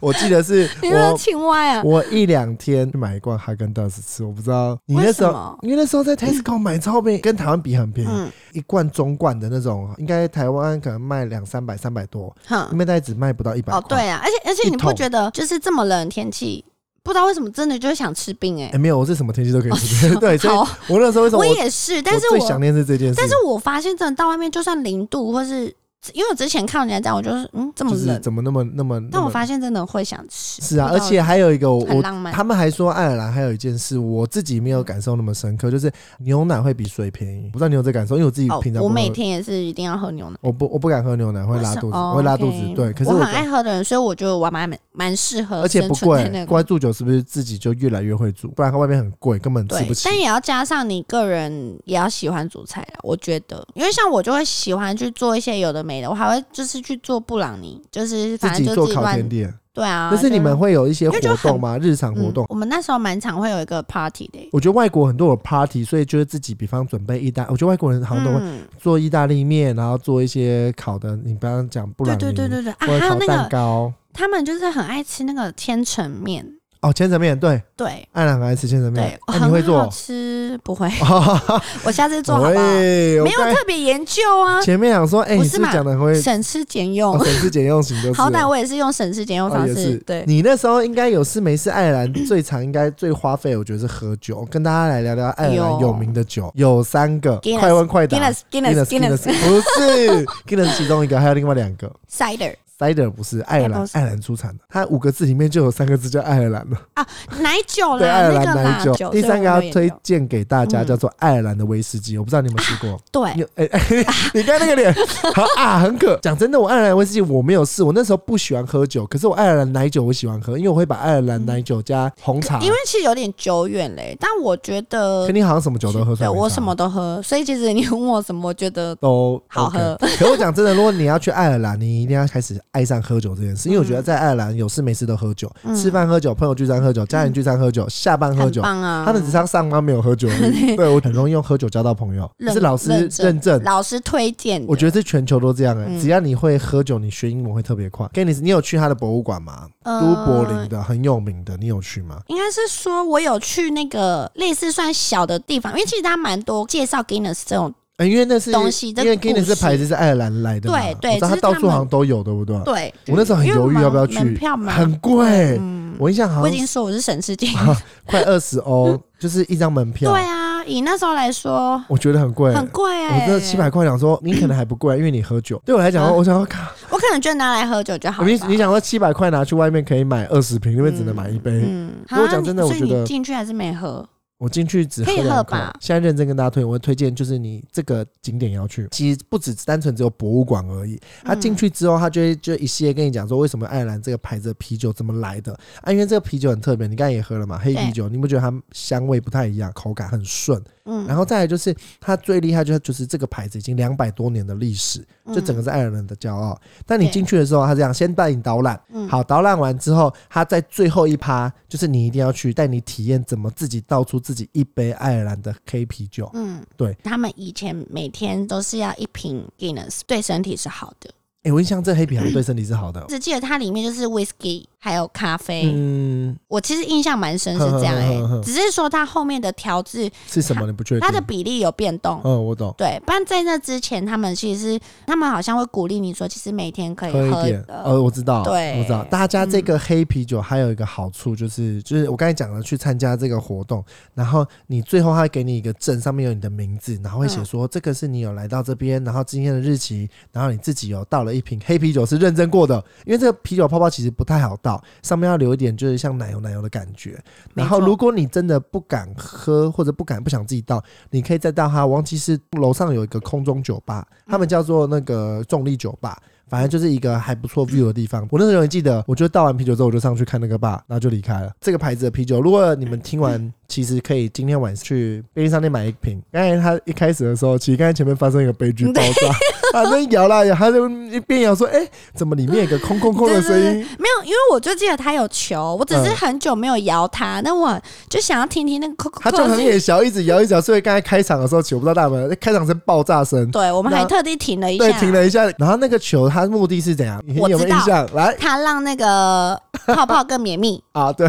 B: 我记得是
C: 你是
B: 我。
C: 青蛙 呀？
B: 我一两天去买一罐哈根达斯吃，我不知道你那时
C: 为什
B: 候
C: 么，
B: 因为那时候在 Tesco 买超便宜，跟台湾比很便宜，
C: 嗯，
B: 一罐中罐的那种，应该台湾可能卖两三百、三百多，
C: 哼
B: 因，为大概只卖不到一百
C: 哦，对
B: 哎、
C: 啊，而且而且
B: 一
C: 你不
B: 桶
C: 觉得就是这么冷的天气，不知道为什么真的就会想吃冰哎、
B: 没有，我是什么天气都可以吃。 对，所以
C: 哦好，
B: 我那时候为什么我
C: 我也是，但是
B: 我最想
C: 我
B: 念是这件事，
C: 但是我发现真的到外面，就算零度或是因为我之前看人家这样，我就是嗯这么
B: 就是
C: 冷，
B: 怎么那么那么，
C: 但
B: 那
C: 我
B: 么
C: 发现真的会想吃。
B: 是啊，
C: 不
B: 而
C: 知道
B: 且还有一个我
C: 很
B: 我
C: 浪漫
B: 他们还说爱尔兰还有一件事，我自己没有感受那么深刻，就是牛奶会比水便宜。我不知道你有这感受，因为我自己
C: 哦
B: 平，常
C: 我
B: 不
C: 每
B: 喝
C: 天也是一定要喝牛奶。
B: 我不我不敢喝牛奶，会拉肚子，
C: 哦
B: 会拉肚子。
C: OK
B: 对，可是
C: 我
B: 我
C: 很爱喝的人，所以我觉得我蛮蛮蛮适合，
B: 而且不贵，
C: 那个。
B: 关注酒是不是自己就越来越会煮？不然外面很贵，根本吃
C: 对
B: 不，起
C: 但。也要加上你个人也要喜欢煮菜啊，我觉得，因为像我就会喜欢去做一些有的没的，我还会就是去做布朗尼，就是
B: 自
C: 反正
B: 己
C: 就
B: 做
C: 自己
B: 烤
C: 乱
B: 甜点，
C: 对啊，
B: 但是你们会有一些
C: 因为就
B: 活动吗？日常
C: 就是
B: 活动
C: 嗯？我们那时候蛮常会有一个 party 的、
B: 我觉得外国很多有 party，所以就是自己，比方准备意大，我觉得外国人好像都会
C: 嗯，
B: 做意大利面，然后做一些烤的，你刚刚讲布
C: 对
B: 朗尼，
C: 对对对对啊，
B: 或者
C: 还有
B: 烤
C: 那
B: 蛋
C: 个
B: 糕，
C: 他们就是很爱吃那个千层面，
B: 哦，千层面对，
C: 对
B: 爱兰很爱吃千层面
C: 对，，
B: 哎、你
C: 很
B: 会做
C: 好？吃不会，
B: 哦
C: 我下次做好不好？
B: 喂，
C: 没
B: 我
C: 有
B: 刚
C: 特别研究啊，
B: 前面想说，哎、
C: 不
B: 你是
C: 是
B: 不
C: 嘛
B: 是讲的很会，
C: 省吃俭用
B: 哦，。省吃俭用型就是了。
C: 好歹我也是用省吃俭用
B: 哦
C: 方
B: 也
C: 式
B: 是，
C: 对，
B: 你那时候应该有事没事，爱尔兰 最常应该最花费，我觉得是喝酒。跟大家来聊聊爱尔兰
C: 有
B: 有名的酒，有三个，
C: Guinness，
B: 快问快答。
C: Guinness Guinness
B: Guinness，
C: Guinness
B: 不是 Guinness 是其中一个，还有另外两个。
C: cider
B: Cider 不是爱尔兰
C: Apple，cider
B: 爱尔兰出产的，它五个字里面就有三个字叫爱尔兰了。
C: 啊，奶酒
B: 对，爱
C: 啦，
B: 尔
C: 那
B: 兰
C: 个
B: 奶
C: 啦
B: 酒。
C: 酒。
B: 第三个
C: 所以我
B: 要
C: 们也
B: 推
C: 有
B: 荐给大家
C: 嗯
B: 叫做爱尔兰的威士忌，我不知道你们吃过。你
C: 对，
B: 哎、哎， 你看那个脸，好啊，很渴。讲真的，我爱尔兰威士忌我没有试，我那时候不喜欢喝酒，可是我爱尔兰奶酒我喜欢喝，因为我会把爱尔兰奶酒加红茶，
C: 因为其实有点久远嘞，但我觉得
B: 肯定好像什么酒啊都喝出
C: 对
B: 来。
C: 我什么都喝，所以其实你问我什么，我觉得
B: 都
C: 好
B: OK
C: 喝
B: 可我讲真的，如果你要去爱尔兰，你一定要开始爱上喝酒这件事，因为我觉得在爱尔兰有事没事都喝酒，
C: 嗯
B: 吃饭喝酒，朋友聚餐喝酒，家人聚餐喝酒，下班喝
C: 很
B: 酒。
C: 棒啊。
B: 他们只上上班没有喝酒而 已，对我很容易用喝酒交到朋友，
C: 认
B: 是老师
C: 认证
B: 认证，
C: 老师推荐的，
B: 我觉得是全球都这样哎、
C: 嗯
B: 只要你会喝酒，你学英文会特别快。跟你，你有去他的博物馆吗？
C: 呃
B: 都柏林的很有名的，你有去吗？
C: 应该是说，我有去那个类似算小的地方，因为其实它蛮多介绍 Guinness 这种，
B: 哎，因为那是
C: 东西
B: 因
C: 这
B: 为
C: 故事
B: Guinness 这牌子是爱尔兰来的嘛，
C: 对对
B: 我知道
C: 只
B: 它
C: 是
B: 到
C: 他
B: 处
C: 们
B: 好像都有，对不对？
C: 对，
B: 我那时候很
C: 因为
B: 犹豫
C: 门
B: 要不要去
C: 门票嘛，
B: 很贵，
C: 嗯，
B: 我印象好
C: 我已经
B: 像
C: 说我是省 吃俭用，
B: 快二十 欧，就是一张门票
C: 对，啊，以那时候来说
B: 我觉得很贵。
C: 很贵
B: 我
C: 哎、
B: 这七百块想说，你可能还不贵，因为你喝酒。对我来讲，
C: 嗯
B: 我想要看，
C: 我可能就拿来喝酒就好了
B: 你
C: 吧。
B: 你想说七百块拿去外面可以买二十瓶，因为只能买一杯。
C: 嗯，
B: 如果
C: 啊
B: 讲真的
C: 你
B: 我
C: 所以
B: 觉得
C: 你进去还是没喝，
B: 我进去只喝
C: 可以喝
B: 两口
C: 吧
B: 现在认真跟大家推，我会推荐就是你这个景点要去，其实不只单纯只有博物馆而已。他进
C: 嗯
B: 去之后，他就会就一系列跟你讲说，为什么爱尔兰这个牌子的啤酒怎么来的啊？因为这个啤酒很特别，你刚才也喝了嘛，黑啤酒，你不觉得它香味不太一样，口感很顺？
C: 嗯，
B: 然后再来就是它最厉害就是就是这个牌子已经两百多年的历史，就整个是爱尔兰的骄傲。但你
C: 嗯对
B: 进去的时候，他这样先带你导览，
C: 嗯
B: 好，导览完之后，他在最后一趴就是你一定要去带你体验怎么自己倒出自己一杯爱尔兰的黑啤酒。
C: 嗯，
B: 对，
C: 他们以前每天都是要一瓶 Guinness，对身体是好的。
B: 哎、我印象这黑啤好像对身体是好的。哦
C: 只记得它里面就是 whisky 还有咖啡，
B: 嗯，
C: 我其实印象蛮深是这样哎、
B: 哼哼哼哼
C: 只是说它后面的调制
B: 是什么？你不确定？
C: 它的比例有变动。
B: 嗯，我懂。
C: 对，不然在那之前，他们其实他们好像会鼓励你说，其实每天可以
B: 喝一
C: 喝
B: 点，
C: 呃
B: 呃，我知道，
C: 对嗯
B: 我知道。大家这个黑啤酒还有一个好处就是，就是我刚才讲了，去参加这个活动，然后你最后他会给你一个证，上面有你的名字，然后
C: 嗯
B: 会写说这个是你有来到这边，然后今天的日期，然后你自己有倒了一瓶黑啤酒是认真过的，因为这个啤酒泡泡其实不太好倒，上面要留一点就是像奶油奶油的感觉。
C: 没
B: 然后
C: 错
B: 如果你真的不敢喝或者不敢不想自己倒，你可以再到它，忘记是楼上有一个空中酒吧，
C: 嗯
B: 他们叫做那个重力酒吧。反正就是一个还不错 view 的地方。我那时候也记得，我就倒完啤酒之后，我就上去看那个吧，然后就离开了。这个牌子的啤酒，如果你们听 完，其实可以今天晚上去便利商店买一瓶。刚才他一开始的时候，其实刚才前面发生一个悲 剧爆炸，他那摇啦摇，他就一边摇说：“哎、怎么里面有个空空空的声
C: 对
B: 音
C: 没有，因为我就记得它有球，我只是很久没有摇它，那、我就想要听听那个扣？”
B: 他
C: 扣
B: 就
C: 扣
B: 很
C: 声。
B: 眼小，一直摇一直摇。所以刚才开场的时候，其实我不知道大家有没有开场是爆炸声，
C: 对，我们还
B: 那
C: 特地停了一
B: 对，
C: 下，
B: 停了一下。然后那个球，它的目的是怎样？你
C: 我知
B: 有没有印
C: 道
B: 象？来，
C: 它让 那个泡泡更绵密，
B: 啊，对，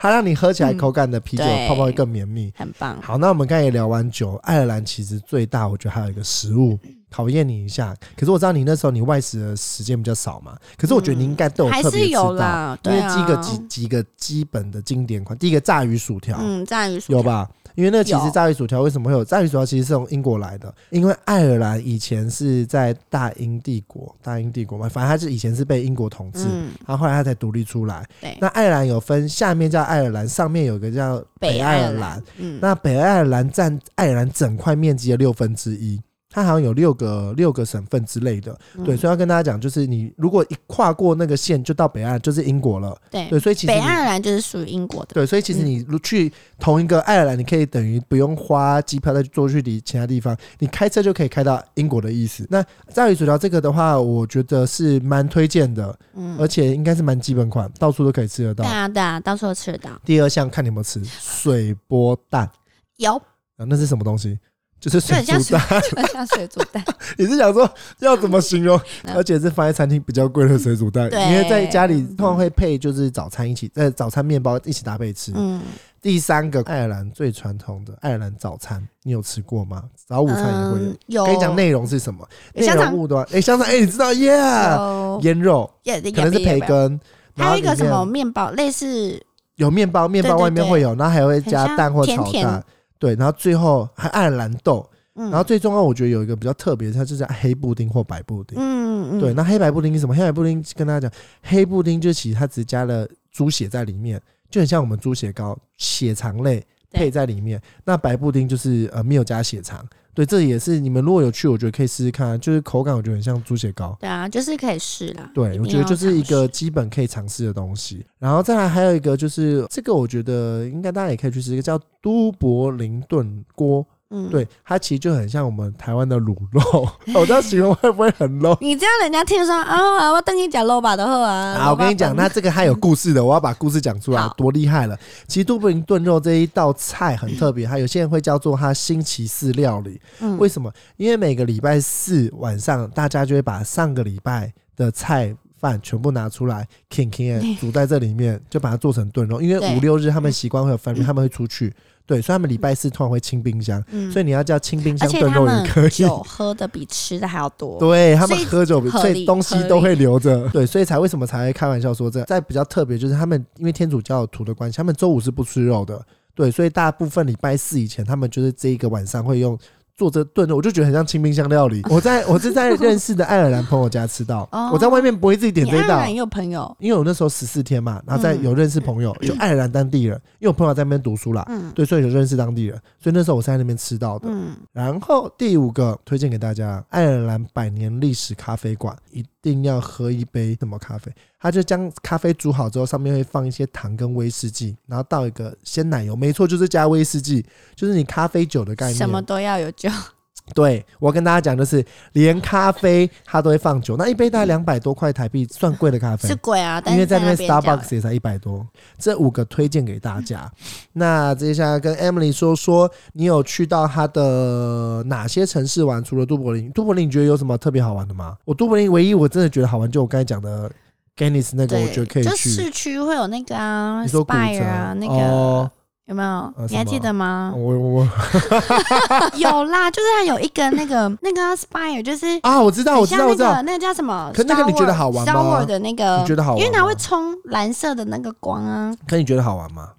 B: 它让你喝起来口感的啤酒、
C: 嗯对
B: 泡泡会更绵密。
C: 很棒。
B: 好，那我们刚才也聊完酒，爱尔兰其实最大，我觉得还有一个食物
C: 嗯
B: 考验你一下。可是我知道你那时候你外食的时间比较少嘛，可是我觉得你应该都有
C: 嗯还
B: 特别
C: 是
B: 知
C: 有
B: 道，
C: 啦，
B: 因
C: 对
B: 为
C: 啊，
B: 几个几几个基本的经典款，第一个炸鱼薯条、
C: 嗯，炸鱼薯
B: 有
C: 条？
B: 吧？因为那其实
C: 有
B: 炸鱼薯条为什么会有炸鱼薯条？其实是从英国来的，因为爱尔兰以前是在大英帝国，大英帝国嘛，反正它是以前是被英国统治，
C: 嗯，
B: 然后后来它才独立出来。
C: 对
B: 那，爱尔兰有分，下面叫爱尔兰，上面有一个叫北爱尔兰。，
C: 嗯，
B: 那北爱尔兰占爱尔兰整块面积的六分之一，它好像有六个六个省份之类的。
C: 嗯
B: 对，所以要跟大家讲，就是你如果一跨过那个线，就到北爱尔兰，就是英国了。
C: 对
B: 对，所以其实
C: 北
B: 你
C: 爱尔兰嗯就是属于英国的，
B: 对，所以其实你如去同一个爱尔兰，你可以等于不用花机票再坐去离其他地方，你开车就可以开到英国的意思。那炸鱼薯条这个的话，我觉得是蛮推荐的，
C: 嗯，
B: 而且应该是蛮基本款，到处都可以吃得到
C: 对。啊，对啊，到时候吃得到。
B: 第二项看你有没有吃水波蛋
C: 有
B: 啊，那是什么东西？就是
C: 就
B: 水
C: 很像
B: 煮
C: 水，
B: 蛋。
C: 就很像水煮蛋。
B: 你是想说要怎么形容？
C: 嗯
B: 而且是放在餐厅比较贵的水煮蛋，
C: 对嗯
B: 因为在家里通常会配就是早餐一起，呃，早餐面包一起搭配吃。
C: 嗯，
B: 第三个，爱尔兰最传统的爱尔兰早餐，你有吃过吗？早午餐也会有。
C: 嗯，有
B: 跟你讲内容是什么？
C: 有
B: 内
C: 香
B: 容
C: 肠
B: 物的话，哎、香肠，哎、你知道耶
C: 有
B: 腌肉
C: 也
B: 可能是培，根，然
C: 还
B: 后
C: 有一个
B: 里
C: 什
B: 面
C: 么面包，类似
B: 有面包，面包
C: 对对
B: 外面会有，然后还会加蛋或
C: 很
B: 炒
C: 像甜
B: 蛋
C: 甜，
B: 对，然后最后还爱尔兰豆，
C: 嗯，
B: 然后最重要，我觉得有一个比较特别，它就是黑布丁或白布丁。
C: 嗯嗯
B: 对，那黑白布丁是什么？黑白布丁跟大家讲，黑布丁就其实它只加了猪血在里面，就很像我们猪血糕血肠类
C: 对
B: 配在里面。那白布丁就是呃没有加血肠，对，这也是你们如果有去，我觉得可以试试看，就是口感我觉得很像猪血糕。
C: 对啊，就是可以试啦。
B: 对，
C: 定
B: 我觉得
C: 要
B: 就是一
C: 尝
B: 个
C: 试
B: 基本可以尝试的东西。然后再来还有一个就是这个，我觉得应该大家也可以去吃，一个叫都柏林炖锅。
C: 嗯，
B: 对，它其实就很像我们台湾的卤肉。 我这样形容会不会很 low？
C: 你这样人家听说啊，我等你讲 low 吧的后啊。
B: 啊，我跟你讲，那这个还有故事的，我要把故事讲出来
C: 好，
B: 多厉害了！其实都柏林炖肉这一道菜很特别，它有些人会叫做它星期四料理。
C: 嗯
B: 为什么？因为每个礼拜四晚上，大家就会把上个礼拜的菜饭全部拿出来，king king 煮在这里面，就把它做成炖肉。因为
C: 对
B: 五六日他们习惯会有 family，他们会出去，对，所以他们礼拜四通常会清冰箱，
C: 嗯
B: 所以你要叫清冰
C: 而
B: 箱
C: 且
B: 炖
C: 他
B: 肉也
C: 们
B: 可以。
C: 酒喝的比吃的还要多。
B: 对他们
C: 所以
B: 喝酒，
C: 合
B: 所以
C: 理
B: 东西都会留着，对，所以才为什么才会开玩笑说这在比较特别，就是他们因为天主教徒的关系，他们周五是不吃肉的，对，所以大部分礼拜四以前，他们就是这一个晚上会用做这炖肉，我就觉得很像清冰箱料理。我在我是在认识的爱尔兰朋友家吃到，
C: 哦
B: 我在外面不会自己点
C: 你
B: 这
C: 爱
B: 一
C: 尔
B: 道
C: 兰。也有朋友，
B: 因为我那时候十四天嘛，然后在
C: 嗯
B: 有认识朋友，有爱尔兰当地人，因为我朋友在那边读书啦，
C: 嗯
B: 对，所以有认识当地人，所以那时候我是在那边吃到的。
C: 嗯，
B: 然后第五个推荐给大家，爱尔兰百年历史咖啡馆，一定要喝一杯什么咖啡？它就将咖啡煮好之后，上面会放一些糖跟威士忌，然后倒一个鲜奶油，没错，就是加威士忌，就是你咖啡酒的概念。
C: 什么都要有酒。
B: 对，我跟大家讲，就是连咖啡它都会放酒，那一杯大概两百多块台币，算贵的咖啡
C: 是。贵啊，但
B: 因
C: 是
B: 为在那
C: 那
B: 边
C: 边讲
B: Starbucks 也才一百多，这五个推荐给大家。那接下来跟 Emily 说说，你有去到它的哪些城市玩？除了都柏林，都柏林你觉得有什么特别好玩的吗？我都柏林唯一我真的觉得好玩，就我刚才讲的 Gannis 那个，
C: 对，
B: 我觉得可以
C: 就
B: 去。
C: 市区会有那个啊
B: 你说古
C: ，Spire
B: 城
C: 啊，那个嗯
B: 哦
C: 有没有？
B: 什
C: 你还记
B: 么哦
C: 得吗
B: 我？我我
C: 有啦， 就是它有一个那个那个 Spire，就是
B: 啊，我知道，我
C: 很
B: 知
C: 像
B: 道，我
C: 那
B: 知道
C: 个，那个叫什么？
B: 可那个你觉得好玩吗
C: s t a r w a r 的那个
B: 你觉得好玩吗
C: 因为它会冲蓝色的那个光啊，
B: 可你觉得好玩吗？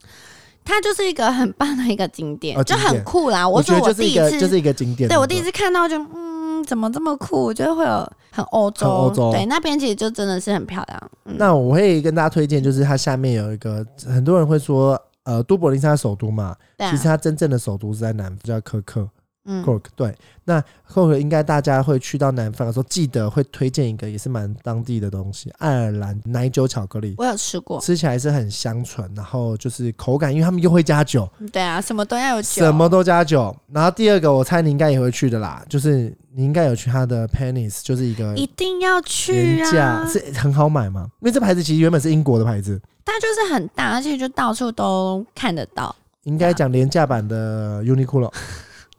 C: 它就是一个很棒的一个景点，
B: 哦
C: 就
B: 景
C: 很
B: 点
C: 酷啦。
B: 我觉
C: 说
B: 得
C: 我
B: 就是
C: 第
B: 一个
C: 次，
B: 就是一个景点。
C: 对我
B: 那
C: 第一
B: 个
C: 次看到就嗯，怎么这么酷？就是会有很欧洲，
B: 很欧洲
C: 对，那边其实就真的是很漂亮。嗯，
B: 那我会跟大家推荐，就是它下面有一个，很多人会说，呃，都柏林是它的首都嘛，
C: 对啊
B: 其实它真正的首都是在南，叫科克。
C: 嗯
B: Cork 对，那 Cork 应该大家会去到南方的时候，记得会推荐一个也是蛮当地的东西——爱尔兰奶酒巧克力，
C: 我有吃过，
B: 吃起来是很香醇，然后就是口感，因为他们又会加酒，
C: 对啊，什么都要有酒，
B: 什么都加酒。然后第二个，我猜你应该也会去的啦，就是你应该有去它的 Pennies，就是一个
C: 一定要去
B: 廉价，
C: 啊！
B: 是很好买嘛，因为这牌子其实原本是英国的牌子，
C: 它就是很大，而且就到处都看得到。
B: 应该讲廉价版的 Uniqlo、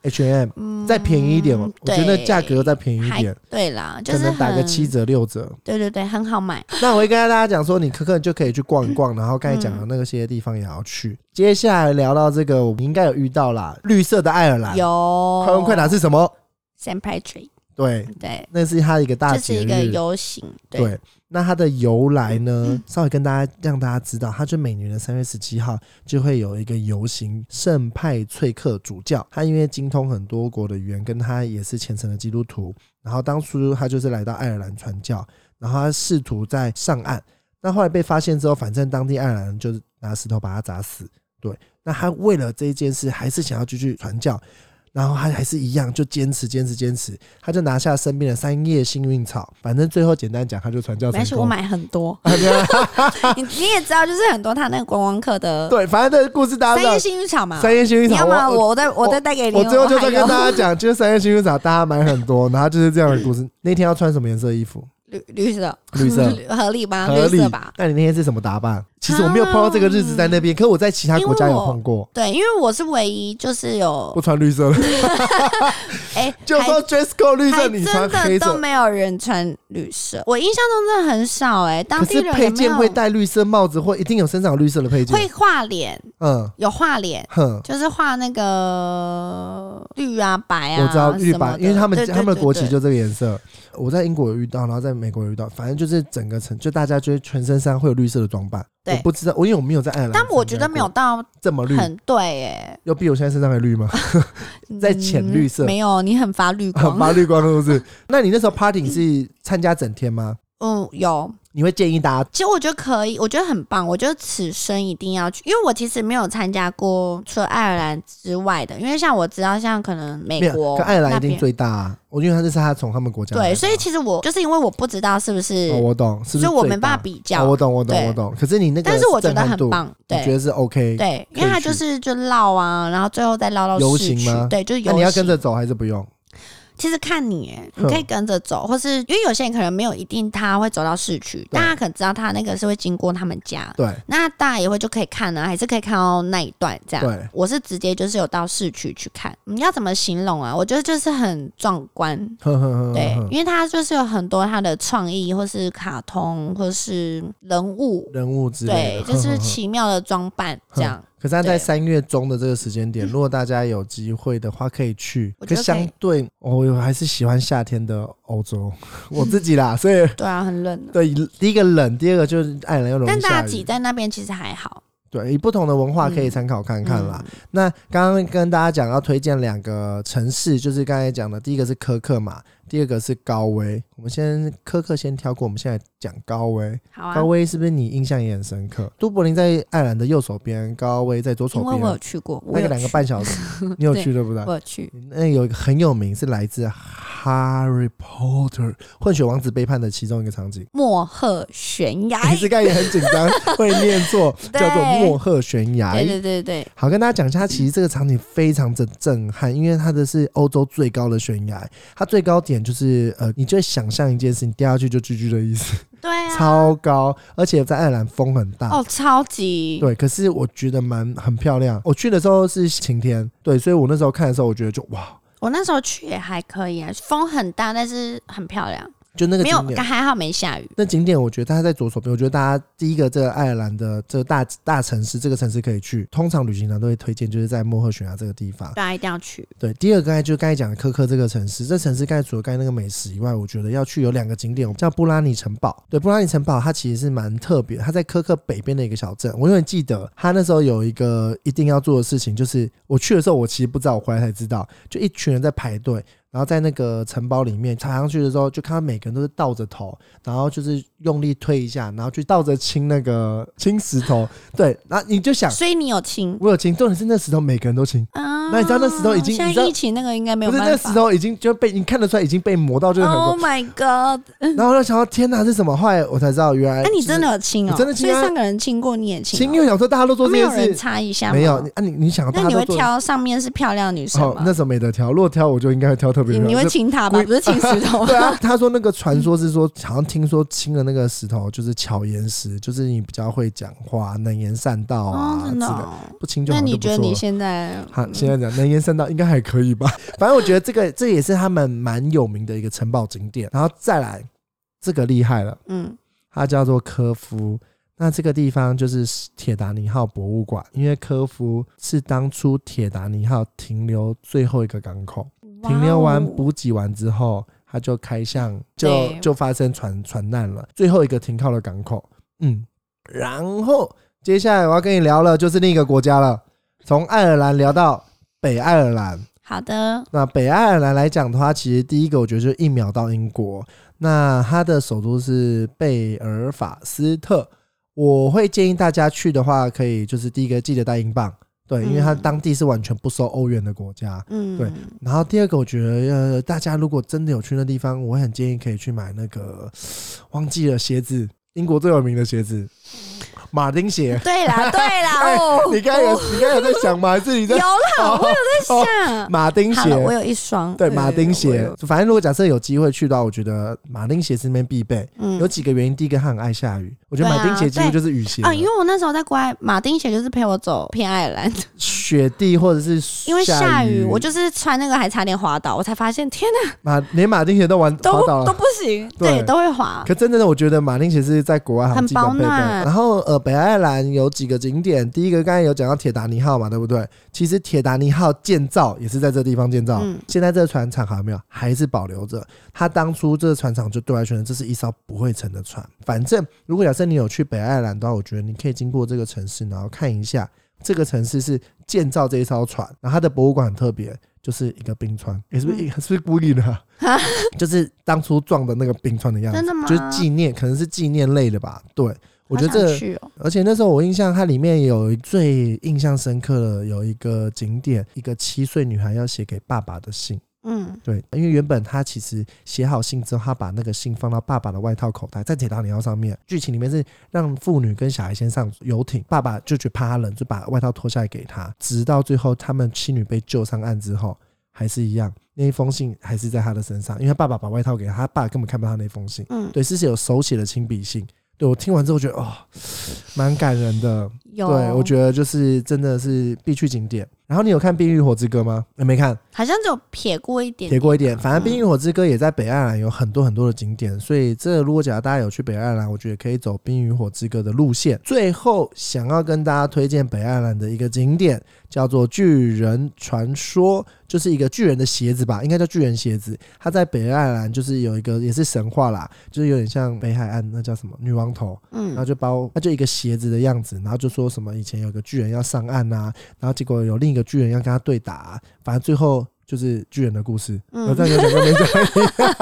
B: H&M，
C: 嗯，
B: 再便宜一点，我觉得
C: 对
B: 价格再便宜一
C: 还
B: 点，
C: 对啦，就
B: 可
C: 是
B: 能打个
C: 很
B: 七折六 折。
C: 对对对，很好买。
B: 那我会跟大家讲说，你可可就可以去逛一逛，然后刚才讲的那些地方也要去。接下来聊到这个，我们应该有遇到啦，绿色的爱尔兰，
C: 有
B: 啊快问快答是什么？
C: St. Patrick，
B: 对，
C: 对，
B: 那是它的一个大
C: 这是
B: 节
C: 一个
B: 日。
C: 游行，对，
B: 对，那它的由来呢？稍微跟大家让大家知道，它就每年的三月十七号就会有一个游行圣派翠克主教，他因为精通很多国的语言，跟他也是虔诚的基督徒，然后当初他就是来到爱尔兰传教，然后他试图在上岸，那后来被发现之后，反正当地爱尔兰人就是拿石头把他砸死。对，那他为了这一件事，还是想要继续传教。然后他还是一样，就坚持、坚持、坚持，他就拿下身边的三叶幸运草。反正最后简单讲，他就传教
C: 没关
B: 成
C: 系，我
B: 功。啊
C: 买 很多。 你你也知道，就是很多他那个观光客的
B: 对，啊反正这个故事大
C: 三
B: 家
C: 叶
B: 知道。
C: 幸运草嘛，
B: 三叶幸运
C: 你
B: 草，
C: 要吗？
B: 我
C: 我再我再带给你，
B: 我最后就再
C: 还
B: 跟
C: 有
B: 大家讲，就是三叶幸运草，大家买很多，然后就是这样的故事。那天要穿什么颜色的衣服？
C: 绿绿色，
B: 绿色
C: 合理吧？
B: 合理
C: 绿啊色吧？
B: 那你那天是什么打扮？其实我没有碰到这个日子在那边，可我在其他国家有碰过。
C: 对，因为我是唯一就是有
B: 不穿绿 色的，
C: 哎，
B: 就
C: 还
B: 说 dress code 绿色，
C: 还
B: 你穿
C: 真
B: 黑
C: 的都
B: 色。
C: 没有人穿绿色，我印象中真的很少哎、当
B: 可
C: 地
B: 是
C: 人
B: 配
C: 也没
B: 件
C: 有
B: 会戴绿色帽子，或一定有身上有绿色的配件。
C: 会画脸，
B: 嗯，
C: 有画脸，
B: 哼，
C: 就是画那个绿啊、白啊，
B: 我知道日
C: 什么
B: 版，
C: 的
B: 因为他们
C: 对对
B: 他们的
C: 对
B: 国旗
C: 对
B: 就这个颜色。我在英国有遇到，然后在美国有遇到，反正就是整个城，就大家就会全身上会有绿色的装扮。
C: 对
B: 我不知道，我因为我没有在爱尔兰参加
C: 但
B: 过，
C: 我觉得没有到
B: 这么绿，
C: 很对哎、
B: 有比我现在身上还绿吗？ 在浅绿色
C: 嗯没有，你很 发绿光，
B: 发绿光是不 是？那你那时候 party 你是参加整天吗？
C: 嗯，有。
B: 你会建议大家
C: 其实我觉得可以，我觉得很棒，我觉得此生一定要去，因为我其实没有参加过除了爱尔兰之外的，因为像我知道，像可能美
B: 没有？
C: 国、
B: 可
C: 那
B: 爱尔兰一定
C: 边
B: 最大、啊，我因为他是他从他们国家来的
C: 对，
B: 嘛
C: 所以其实我就是因为我不知道是不是，
B: 哦，我懂，是不是最
C: 所以
B: 大？
C: 我没办法比较。
B: 哦我懂，我懂，
C: 对
B: 我懂。可是你那个，
C: 但是我觉得很，棒，
B: 你觉
C: 对
B: 得是 OK？
C: 对，
B: 可以
C: 因为它
B: 去
C: 就是就绕啊，然后最后再绕到
B: 游
C: 市
B: 行
C: 区
B: 吗，
C: 对，就是
B: 那
C: 游行。
B: 你要跟着走还是不用？
C: 其实看你耶，你可以跟着走，或是因为有些人可能没有一定他会走到市区，大家可能知道他那个是会经过他们家，
B: 对，
C: 那大家也会就可以看啊呢、还是可以看到那一段这
B: 对
C: 样。我是直接就是有到市区去看，你要怎么形容啊？我觉得就是很壮观。
B: 呵呵呵，
C: 对
B: 呵，呵
C: 因为它就是有很多它的创意，或是卡通，或是人物，
B: 人物之类的，，
C: 对
B: 嗯
C: 就
B: 呵
C: 是
B: 呵呵
C: 奇妙的装扮这样。
B: 可是他在
C: 对嗯
B: 三月中的这个时间点，如果大家有机会的话，可以去。
C: 我觉
B: 可
C: 得
B: 相对，哦我还是喜欢夏天的欧洲， 我自己啦。所以，
C: 对啊，很冷的。
B: 对，第一个冷，第二个就是爱尔兰又容易
C: 但大
B: 下
C: 家挤
B: 雨。
C: 在嗯那边其实还好，
B: 对，以不同的文化可以参考看看啦。那刚刚跟大家讲要推荐两个城市，就是刚才讲的，第一个是科克嘛，第二个是高威。我们先科克先挑过，我们现在讲高威。
C: 好啊
B: 高，威是不是你印象也很深刻？都柏林在爱尔兰的右手边，高威在左手
C: 因为
B: 边。
C: 我有去过，我
B: 啊那
C: 有
B: 个两个
C: 去
B: 半小时，你有 去对不对？
C: 我有去，
B: 那有一个很有名，是来自《Harry Potter》混血王子背叛的其中一个场景。
C: 莫赫悬崖。
B: 你是该也很紧张， 会念错，
C: 哎对
B: 叫做莫赫悬崖。
C: 对对对对，
B: 好，跟大家讲一下，其实这个场景非常的震撼，因为它的是欧洲最高的悬崖，它最高点就是呃，你就会想象一件事，你掉下去就 GG 的意思，
C: 对啊，
B: 超高，而且在爱尔兰风很大，
C: 哦，超级，
B: 对，可是我觉得蛮很漂亮。我去的时候是晴天，对，所以我那时候看的时候，我觉得就哇，
C: 我那时候去也还可以啊，风很大，但是很漂亮，
B: 就那个
C: 没有
B: 景点，
C: 还好没下雨。
B: 那景点我觉得它在左手边。我觉得大家第一个，这个爱尔兰的这个大大城市，这个城市可以去，通常旅行团都会推荐，就是在莫赫悬崖这个地方。
C: 大家一定要去，
B: 对，第二个刚才就是刚才讲的科克这个城市，这城市刚才除了刚才那个美食以外，我觉得要去有两个景点，叫布拉尼城堡。对，布拉尼城堡它其实是蛮特别，它在科克北边的一个小镇。我永远记得，它那时候有一个一定要做的事情，就是我去的时候我其实不知道，我回来才知道，就一群人在排队。然后在那个城堡里面爬上去的时候，就看到每个人都是倒着头，然后就是用力推一下，然后去倒着清那个清石头。对，然后你就想，
C: 所以你有听
B: 我有清，重点是那石头每个人都清。
C: 啊？
B: 那你知道那石头已经
C: 像
B: 你知道
C: 疫情那个应该没有
B: 不是
C: 办法。
B: 那个石头已经就被你看得出来已经被磨到就是很多
C: Oh my god！
B: 然后我就想到天哪是什么？后来我才知道原来
C: 那你
B: 哎就是
C: 真的有亲哦？
B: 我真的亲啊
C: 所以上个人亲过，你也亲
B: 亲，
C: 哦、
B: 因为想说大家都做这
C: 没
B: 件
C: 有人
B: 事，
C: 擦一下吗？
B: 没有你啊你你想要大
C: 那
B: 家
C: 你
B: 都
C: 会
B: 做，
C: 挑上面是漂亮女生
B: 哦
C: 吗？
B: 那时候没得挑，如果挑我就应该会挑特别
C: 你
B: 漂亮
C: 你会
B: 就
C: 亲她吧？
B: 故意。
C: 不是亲石头
B: 对啊，他说那个传说是说， 好像听说亲了那个石头就是巧言石，就是你比较会讲话，能言善道
C: 哦，
B: 啊之类
C: 真的
B: 的，
C: 哦、
B: 不亲就好像
C: 那你
B: 就不
C: 觉得
B: 错
C: 你
B: 了
C: 现在
B: 好，现在讲能言善道应该还可以吧？ 反正我觉得这个这也是他们蛮有名的一个城堡景点。然后再来，这个厉害了，
C: 嗯，
B: 它叫做科夫。那这个地方就是铁达尼号博物馆，因为科夫是当初铁达尼号停留最后一个港口，
C: 哇哦
B: 停留完补给完之后，它就开向就
C: 对
B: 就发生船船难了，最后一个停靠的港口。嗯，然后接下来我要跟你聊了，就是另一个国家了，从爱尔兰聊到北爱尔兰。
C: 好的，
B: 那北爱尔兰来讲的话，其实第一个我觉得就是一秒到英国，那它的首都是贝尔法斯特。我会建议大家去的话，可以就是第一个记得带英镑，对，因为它
C: 嗯
B: 当地是完全不收欧元的国家。
C: 嗯，
B: 对然后第二个，我觉得呃，大家如果真的有去那地方，我会很建议可以去买那个忘记了鞋子，英国最有名的鞋子马丁鞋。
C: 对啦，对 啦，
B: 哎
C: 哦，
B: 你刚才有你刚才有在想吗？还是你
C: 有
B: 在
C: 啦，我有在
B: 哦
C: 想。
B: 马丁
C: 好了，我
B: 鞋？
C: 有一双，
B: 对，
C: 呃
B: 马丁
C: 我
B: 鞋
C: 有。
B: 反正如果假设有机会去到，我觉得马丁鞋是那边必备。有
C: 嗯，
B: 几个原因，第一个它很爱下雨，我觉得
C: 对
B: 马
C: 啊
B: 丁鞋几乎
C: 对
B: 就是雨鞋
C: 啊，
B: 了
C: 因为我那时候在国外，马丁鞋就是陪我走偏爱尔兰，
B: 雪地或者是
C: 因为下雨，
B: 雨，
C: 我就是穿那个还差点滑倒，我才发现，天哪，
B: 马连马丁鞋都玩
C: 都
B: 滑倒了。
C: 都不行，
B: 对
C: 对，都会滑。
B: 可真正的，我觉得马丁鞋是在国外好像
C: 很
B: 基本
C: 保
B: 配备
C: 暖
B: 然后呃，北爱尔兰有几个景点，第一个刚才有讲到铁达尼号嘛，对不对？其实铁达尼号建造也是在这地方建造，
C: 嗯
B: 现在这个船厂还有没有？还是保留着。他当初这个船厂就对外宣称这是一艘不会沉的船。反正如果假设你有去北爱尔兰的话，我觉得你可以经过这个城市，然后看一下这个城市是建造这一艘船，然后它的博物馆很特别。就是一个冰川，也、是不是、
C: 嗯
B: 是不是故意的、啊？就是当初撞的那个冰川的样子，
C: 真的吗
B: 就是纪念，可能是纪念类的吧。对，我觉得
C: 好想
B: 这
C: 去哦，
B: 而且那时候我印象，它里面有最印象深刻的有一个景点，一个七岁女孩要写给爸爸的信。
C: 嗯，
B: 对，因为原本她其实写好信之后，她把那个信放到爸爸的外套口袋，在铁达尼号上面。剧情里面是让妇女跟小孩先上游艇，爸爸就觉得怕她冷，就把外套脱下来给她。直到最后，他们妻女被救上岸之后，还是一样，那一封信还是在她的身上，因为她爸爸把外套给她，她爸根本看不到那封信。
C: 嗯，
B: 对，是写有手写的亲笔信。对我听完之后觉得哦，蛮感人的。
C: 有，
B: 对，我觉得就是真的是必去景点。然后你有看《冰与火之歌》吗？哎没看，
C: 好像只有撇过一点
B: 铁
C: 点，
B: 过一点。嗯反正《冰与火之歌》也在北爱尔兰有很多很多的景点，所以这如果假如大家有去北爱尔兰，我觉得可以走《冰与火之歌》的路线。最后想要跟大家推荐北爱尔兰的一个景点，叫做巨人传说，就是一个巨人的鞋子吧，应该叫巨人鞋子。它在北爱尔兰就是有一个也是神话啦，就是有点像北海岸那叫什么女王头，然后
C: 嗯，
B: 就包，他就一个鞋子的样子，然后就说什么以前有个巨人要上岸啊，然后结果有另一个巨人要跟他对打、啊，反正最后就是巨人的故事。
C: 嗯
B: 我这样有讲跟没讲一样，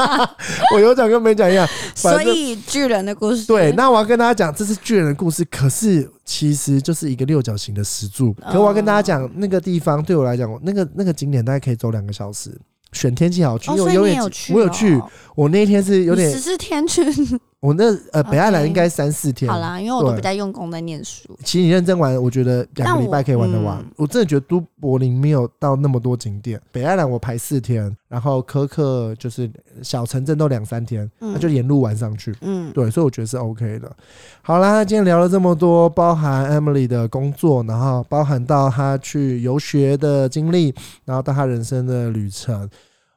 B: 我有讲跟没讲一样。反
C: 所
B: 正
C: 以巨人的故事，哦
B: 对，那我要跟大家讲，这是巨人的故事，可是其实就是一个六角形的石柱。
C: 哦
B: 可我要跟大家讲，那个地方对我来讲，那个那个景点大概可以走两个小时。选天气好去，
C: 哦，
B: 因为
C: 所
B: 我有
C: 以你
B: 点
C: 有
B: 急
C: 去哦，
B: 我有去，我那天是有
C: 你
B: 点
C: 十，四天去，
B: 我那呃北爱尔兰
C: OK
B: 应该三四天，
C: 好啦，因为我都
B: 对
C: 比较用功在念书，
B: 其实你认真玩，我觉得两个礼拜可以玩得完。我
C: 但我嗯
B: 真的觉得都柏林没有到那么多景点，北爱尔兰我排四天，然后科克就是小城镇都两三天，
C: 嗯
B: 那就沿路玩上去。
C: 嗯，
B: 对，所以我觉得是 OK 的。好啦，那今天聊了这么多，包含 Emily 的工作，然后包含到她去游学的经历，然后到她人生的旅程。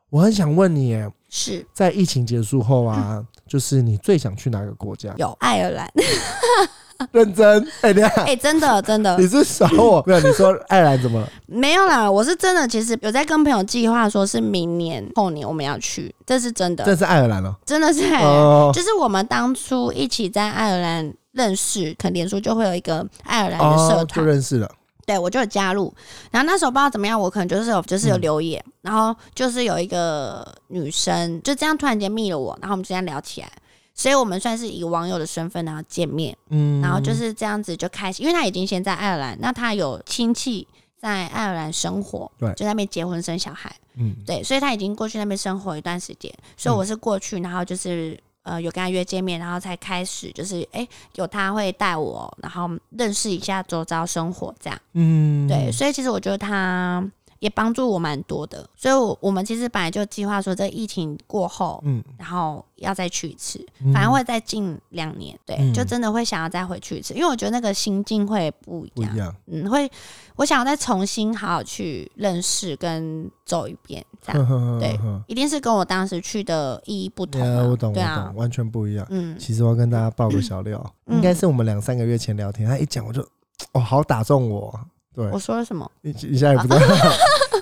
B: 我很想问你耶，
C: 是
B: 在疫情结束后啊， 就是你最想去哪个国家？
C: 有爱尔兰，
B: 认真，哎、等一下
C: 哎、真的真的
B: 你是少 我？没有，你说爱尔兰怎么了？
C: 没有啦，我是真的，其实有在跟朋友计划，说是明年后年我们要去，这是真 的，
B: 这是爱尔兰哦。
C: 真的是爱尔兰，
B: 哦，
C: 就是我们当初一起在爱尔兰认识，可能脸书就会有一个爱尔兰的社
B: 就
C: 团，
B: 哦认识了。
C: 对我就有加入，然后那时候不知道怎么样，我可能就是有就是有
B: 嗯
C: 留言，然后就是有一个女生就这样突然间密了我，然后我们就这样聊起来，所以我们算是以网友的身份然后见面，
B: 嗯
C: 然后就是这样子就开始，因为他已经先在爱尔兰，那他有亲戚在爱尔兰生活，
B: 对
C: 就在那边结婚生小孩，
B: 嗯
C: 对，所以他已经过去那边生活一段时间，所以我是过去，然后就是呃有跟他约见面，然后才开始就是哎、诶有他会带我，然后认识一下周遭生活这样，
B: 嗯
C: 对，所以其实我觉得他也帮助我蛮多的，所以我我们其实本来就计划说这疫情过后，
B: 嗯，
C: 然后要再去一次，
B: 嗯
C: 反正会再近两年，对，
B: 嗯
C: 就真的会想要再回去一次，因为我觉得那个心境会不一
B: 不
C: 样
B: 一，样。
C: 嗯，会我想要再重新好好去认识跟走一遍，这
B: 嗯
C: 样对
B: 呵
C: 一定是跟我当时去的意义不同
B: 呀
C: 嘛，
B: 我懂，我
C: 对啊
B: 懂，，完全不一样。
C: 嗯，
B: 其实我要跟大家爆个小料，
C: 嗯
B: 应该是我们两三个月前聊天，他一讲我就，哦，好打中我。对，
C: 我说了什么？
B: 你你现在也 不知道。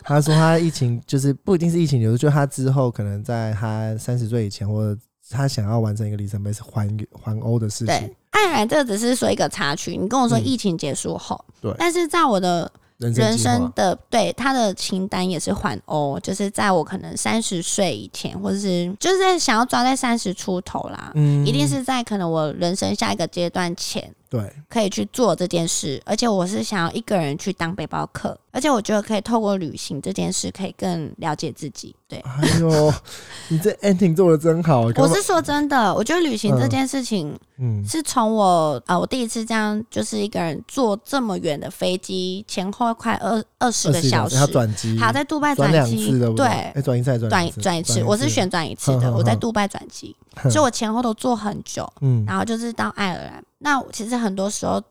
B: 他说他疫情就是不一定是疫情，有时候就他之后可能在他三十岁以前，或者他想要完成一个里程碑是环环欧的事情
C: 对。，爱尔兰这只是说一个插曲，你跟我说
B: 嗯
C: 疫情结束后，
B: 对
C: 但是在我的
B: 人生
C: 人
B: 计划
C: 生的对他的清单也是环欧，就是在我可能三十岁以前，或者是就是在想要抓在三十出头啦，
B: 嗯
C: 一定是在可能我人生下一个阶段前，
B: 对，
C: 可以去做这件事，而且我是想要一个人去当背包客，而且我觉得可以透过旅行这件事，可以更了解自己。对，
B: 哎 呦，你这 ending 做的真好，
C: 我
B: 干嘛
C: 是说真的，我觉得旅行这件事情
B: 嗯，
C: 是从我呃，我第一次这样就是一个人坐这么远的飞机，前后快二二十
B: 二
C: 个
B: 十
C: 小时，
B: 要转机，
C: 好在杜拜
B: 嗯转两
C: 机
B: 次，对不
C: 对
B: 哎，，转一次还是
C: 转
B: 转
C: 转一次，我是，选转一次
B: 哼
C: 的，
B: 哼
C: 我在
B: 哼
C: 杜拜转机，
B: 哼
C: 所以我前后都坐很久。
B: 嗯
C: 然后就是到爱尔兰。那我其实很多时候，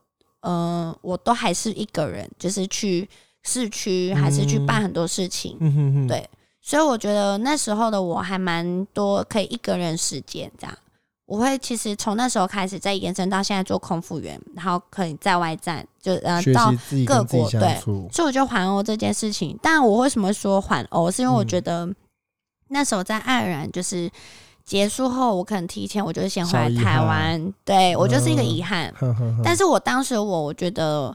C: 嗯、我都还是一个人，就是去市区，还是去办很多事情。
B: 嗯哼哼，
C: 对所以我觉得那时候的我还蛮多可以一个人时间这样。我会其实从那时候开始，再延伸到现在做空服员，然后可以在外站，就呃
B: 学
C: 到
B: 习自己跟自己
C: 各国
B: 相
C: 对
B: 处，
C: 所以我觉得环欧这件事情，但我为什么说环欧，是因
B: 嗯
C: 为我觉得那时候在爱尔兰就是结束后，我可能提前我就先回来
B: 小遗憾
C: 台湾，对我就是一个
B: 嗯
C: 遗憾。
B: 哼哼哼
C: 但是我当时我我觉得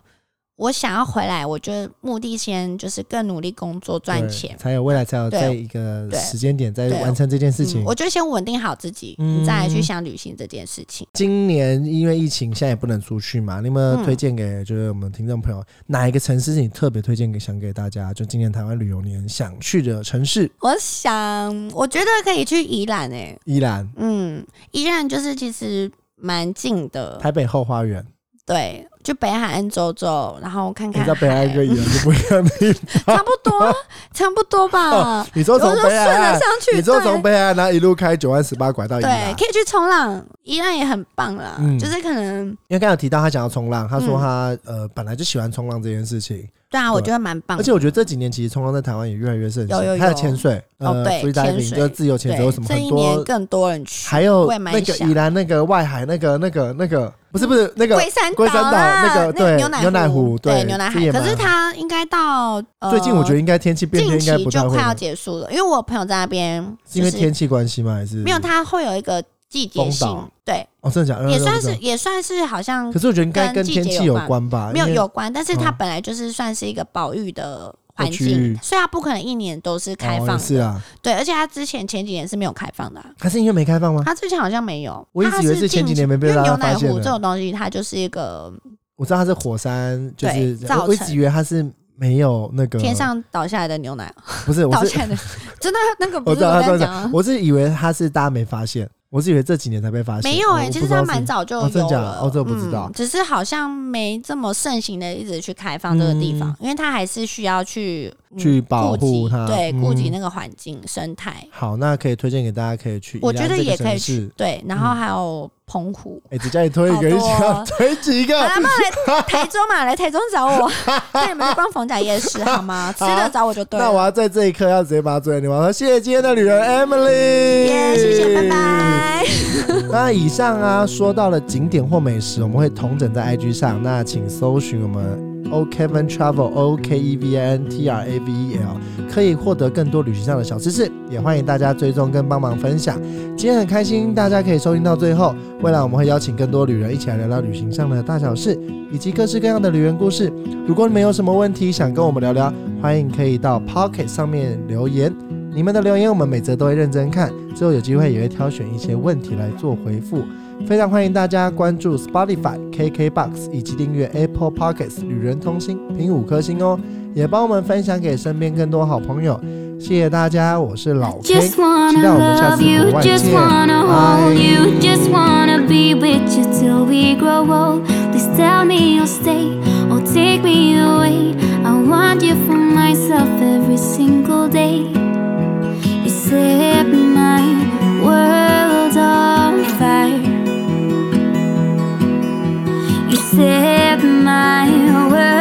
C: 我想要回来，我觉得目的先就是更努力工作赚
B: 对
C: 钱，
B: 才有未来，才有
C: 对
B: 在一个
C: 对
B: 时间点再
C: 对
B: 完成这件事
C: 嗯
B: 情
C: 我。就先稳定好自己，
B: 嗯
C: 你再来去想旅行这件事情。
B: 今年因为疫情，现在也不能出去嘛，你有没有
C: 嗯
B: 推荐给就是我们听众朋友哪一个城市是你特别推荐给想给大家？就今年台湾旅游年想去的城市，
C: 我想，我觉得可以去宜兰诶、
B: 依然
C: 嗯，宜兰就是其实蛮近的，
B: 台北后花园，
C: 对，就北海岸走走，然后看
B: 你
C: 看
B: 知道北海岸跟
C: 海
B: 宜兰是不一样的。
C: 差不 多，差不多吧。
B: 你说从
C: 我就
B: 北
C: 顺
B: 海
C: 着
B: 岸
C: 上，去，
B: 你说从
C: 对
B: 北海岸然后一路开九万十八拐到宜兰
C: 对，，可以去冲浪，宜兰也很棒啦。
B: 嗯
C: 就是可能
B: 因为刚才有提到他想要冲浪，他
C: 嗯
B: 说他、呃本来就喜欢冲浪这件事情，
C: 对啊，我
B: 对
C: 觉得蛮棒
B: 而
C: 的。
B: 且我觉得这几年其实冲浪在台湾也越来越盛行，
C: 有有有
B: 还有潜水，呃，
C: 哦对
B: free
C: 潜
B: diving
C: 水
B: 就是自由潜水，
C: 对，
B: 为什么
C: 这
B: 很
C: 一年
B: 多，
C: 更多人去，
B: 还有
C: 我也蛮
B: 那个
C: 想
B: 宜兰那个外海那个那个那个不是不是那个
C: 龟山
B: 龟山
C: 岛
B: 岛
C: 啦
B: 那个对
C: 牛奶
B: 牛奶湖对
C: 对牛奶
B: 这也
C: 海，可
B: 蛮
C: 是它应该到呃，
B: 最近我觉得应该天气变天
C: 近
B: 应该
C: 期
B: 不太
C: 就
B: 会
C: 快要
B: 了，
C: 结束了，因为我朋友在那边，
B: 是因为
C: 就是
B: 天气关系吗？还是
C: 没有，它会有一个季节
B: 风岛
C: 性，对，
B: 哦，真的假的？
C: 也
B: 呃
C: 算，
B: 我
C: 是
B: 不知
C: 也算是好像
B: 道可是我觉得应该跟
C: 跟季节
B: 天气有关吧，
C: 没有
B: 啊因为
C: 有关，但是它
B: 嗯
C: 本来就是算是一个保育的环
B: 的区域
C: 境，所以它不可能一年都是开
B: 哦
C: 放
B: 也是
C: 的。
B: 啊，
C: 对，而且它之前前几年是没有开放的啊，
B: 还是因为没开放吗？
C: 它之前好像没有。
B: 哦我一直
C: 它
B: 以为是前几
C: 近
B: 年没被
C: 因为
B: 大家
C: 牛
B: 发
C: 奶
B: 现
C: 湖
B: 的
C: 这种东西，它就是一个
B: 我知道它是火山，就
C: 对
B: 是
C: 造
B: 我我一直
C: 成
B: 以为它是没有那个
C: 天，上倒下来的牛奶，
B: 不是
C: 倒
B: 啊 我是
C: 下来的，真的那个
B: 我
C: 不
B: 知
C: 是
B: 道
C: 我
B: 它
C: 在
B: 是
C: 讲啊，
B: 我是以为它是大家没发现，我是以为这几年才被发现，
C: 没有
B: 哎、
C: 哎、
B: 我
C: 其
B: 不
C: 实
B: 知道
C: 它
B: 是
C: 蛮早就
B: 哦真
C: 有
B: 假的
C: 了，
B: 哦这我不知道
C: 嗯，只是好像没这么盛行的一直去开放这个地方，因为它还是需要去、嗯
B: 去嗯保
C: 顾及
B: 护它
C: 对，顾及
B: 嗯
C: 那个环境生态。
B: 好，那可以推荐给大家可以去宜
C: 我
B: 兰
C: 觉
B: 这个城市，嗯
C: 得也可以去，对，然后还有 澎湖，
B: 哎、只叫你推一个，一 直
C: 好多
B: 要
C: 哦
B: 推几
C: 好
B: 个
C: 啦，。不然来台中嘛，来台中找我，那你们去逛逢甲夜市好吗？吃的找我就对
B: 啊那我
C: 了。
B: 要在这一刻要直接把它追你，我要说谢谢今天的旅人 Emily，
C: 耶，谢谢，拜拜。
B: 那以上啊，说到了景点或美食，我们会同整在 IG 上，那请搜寻我们 O Kevin Travel O K E V I N T R A V E L，可以获得更多旅行上的小知识，也欢迎大家追踪跟帮忙分享。今天很开心，大家可以收听到最后。未来我们会邀请更多旅人一起来聊聊旅行上的大小事，以及各式各样的旅人故事。如果你们有什么问题想跟我们聊聊，欢迎可以到 Pocket 上面留言。你们的留言我们每则都会认真看，之后有机会也会挑选一些问题来做回复。非常欢迎大家关注 Spotify、KKBox 以及订阅 Apple Podcasts 旅人通信，评五颗星哦，也帮我们分享给身边更多好朋友。谢谢大家，我是老 K，
D: Just
B: 期
D: wanna
B: 待我们下
D: love
B: 次国
D: you,
B: 外
D: just
B: 见，
D: wanna
B: 拜
D: hold。you, just wanna be with you till we grow old. Please tell me you'll stay or take me away. I want you for myself every single day. You set my world on fire. You set my world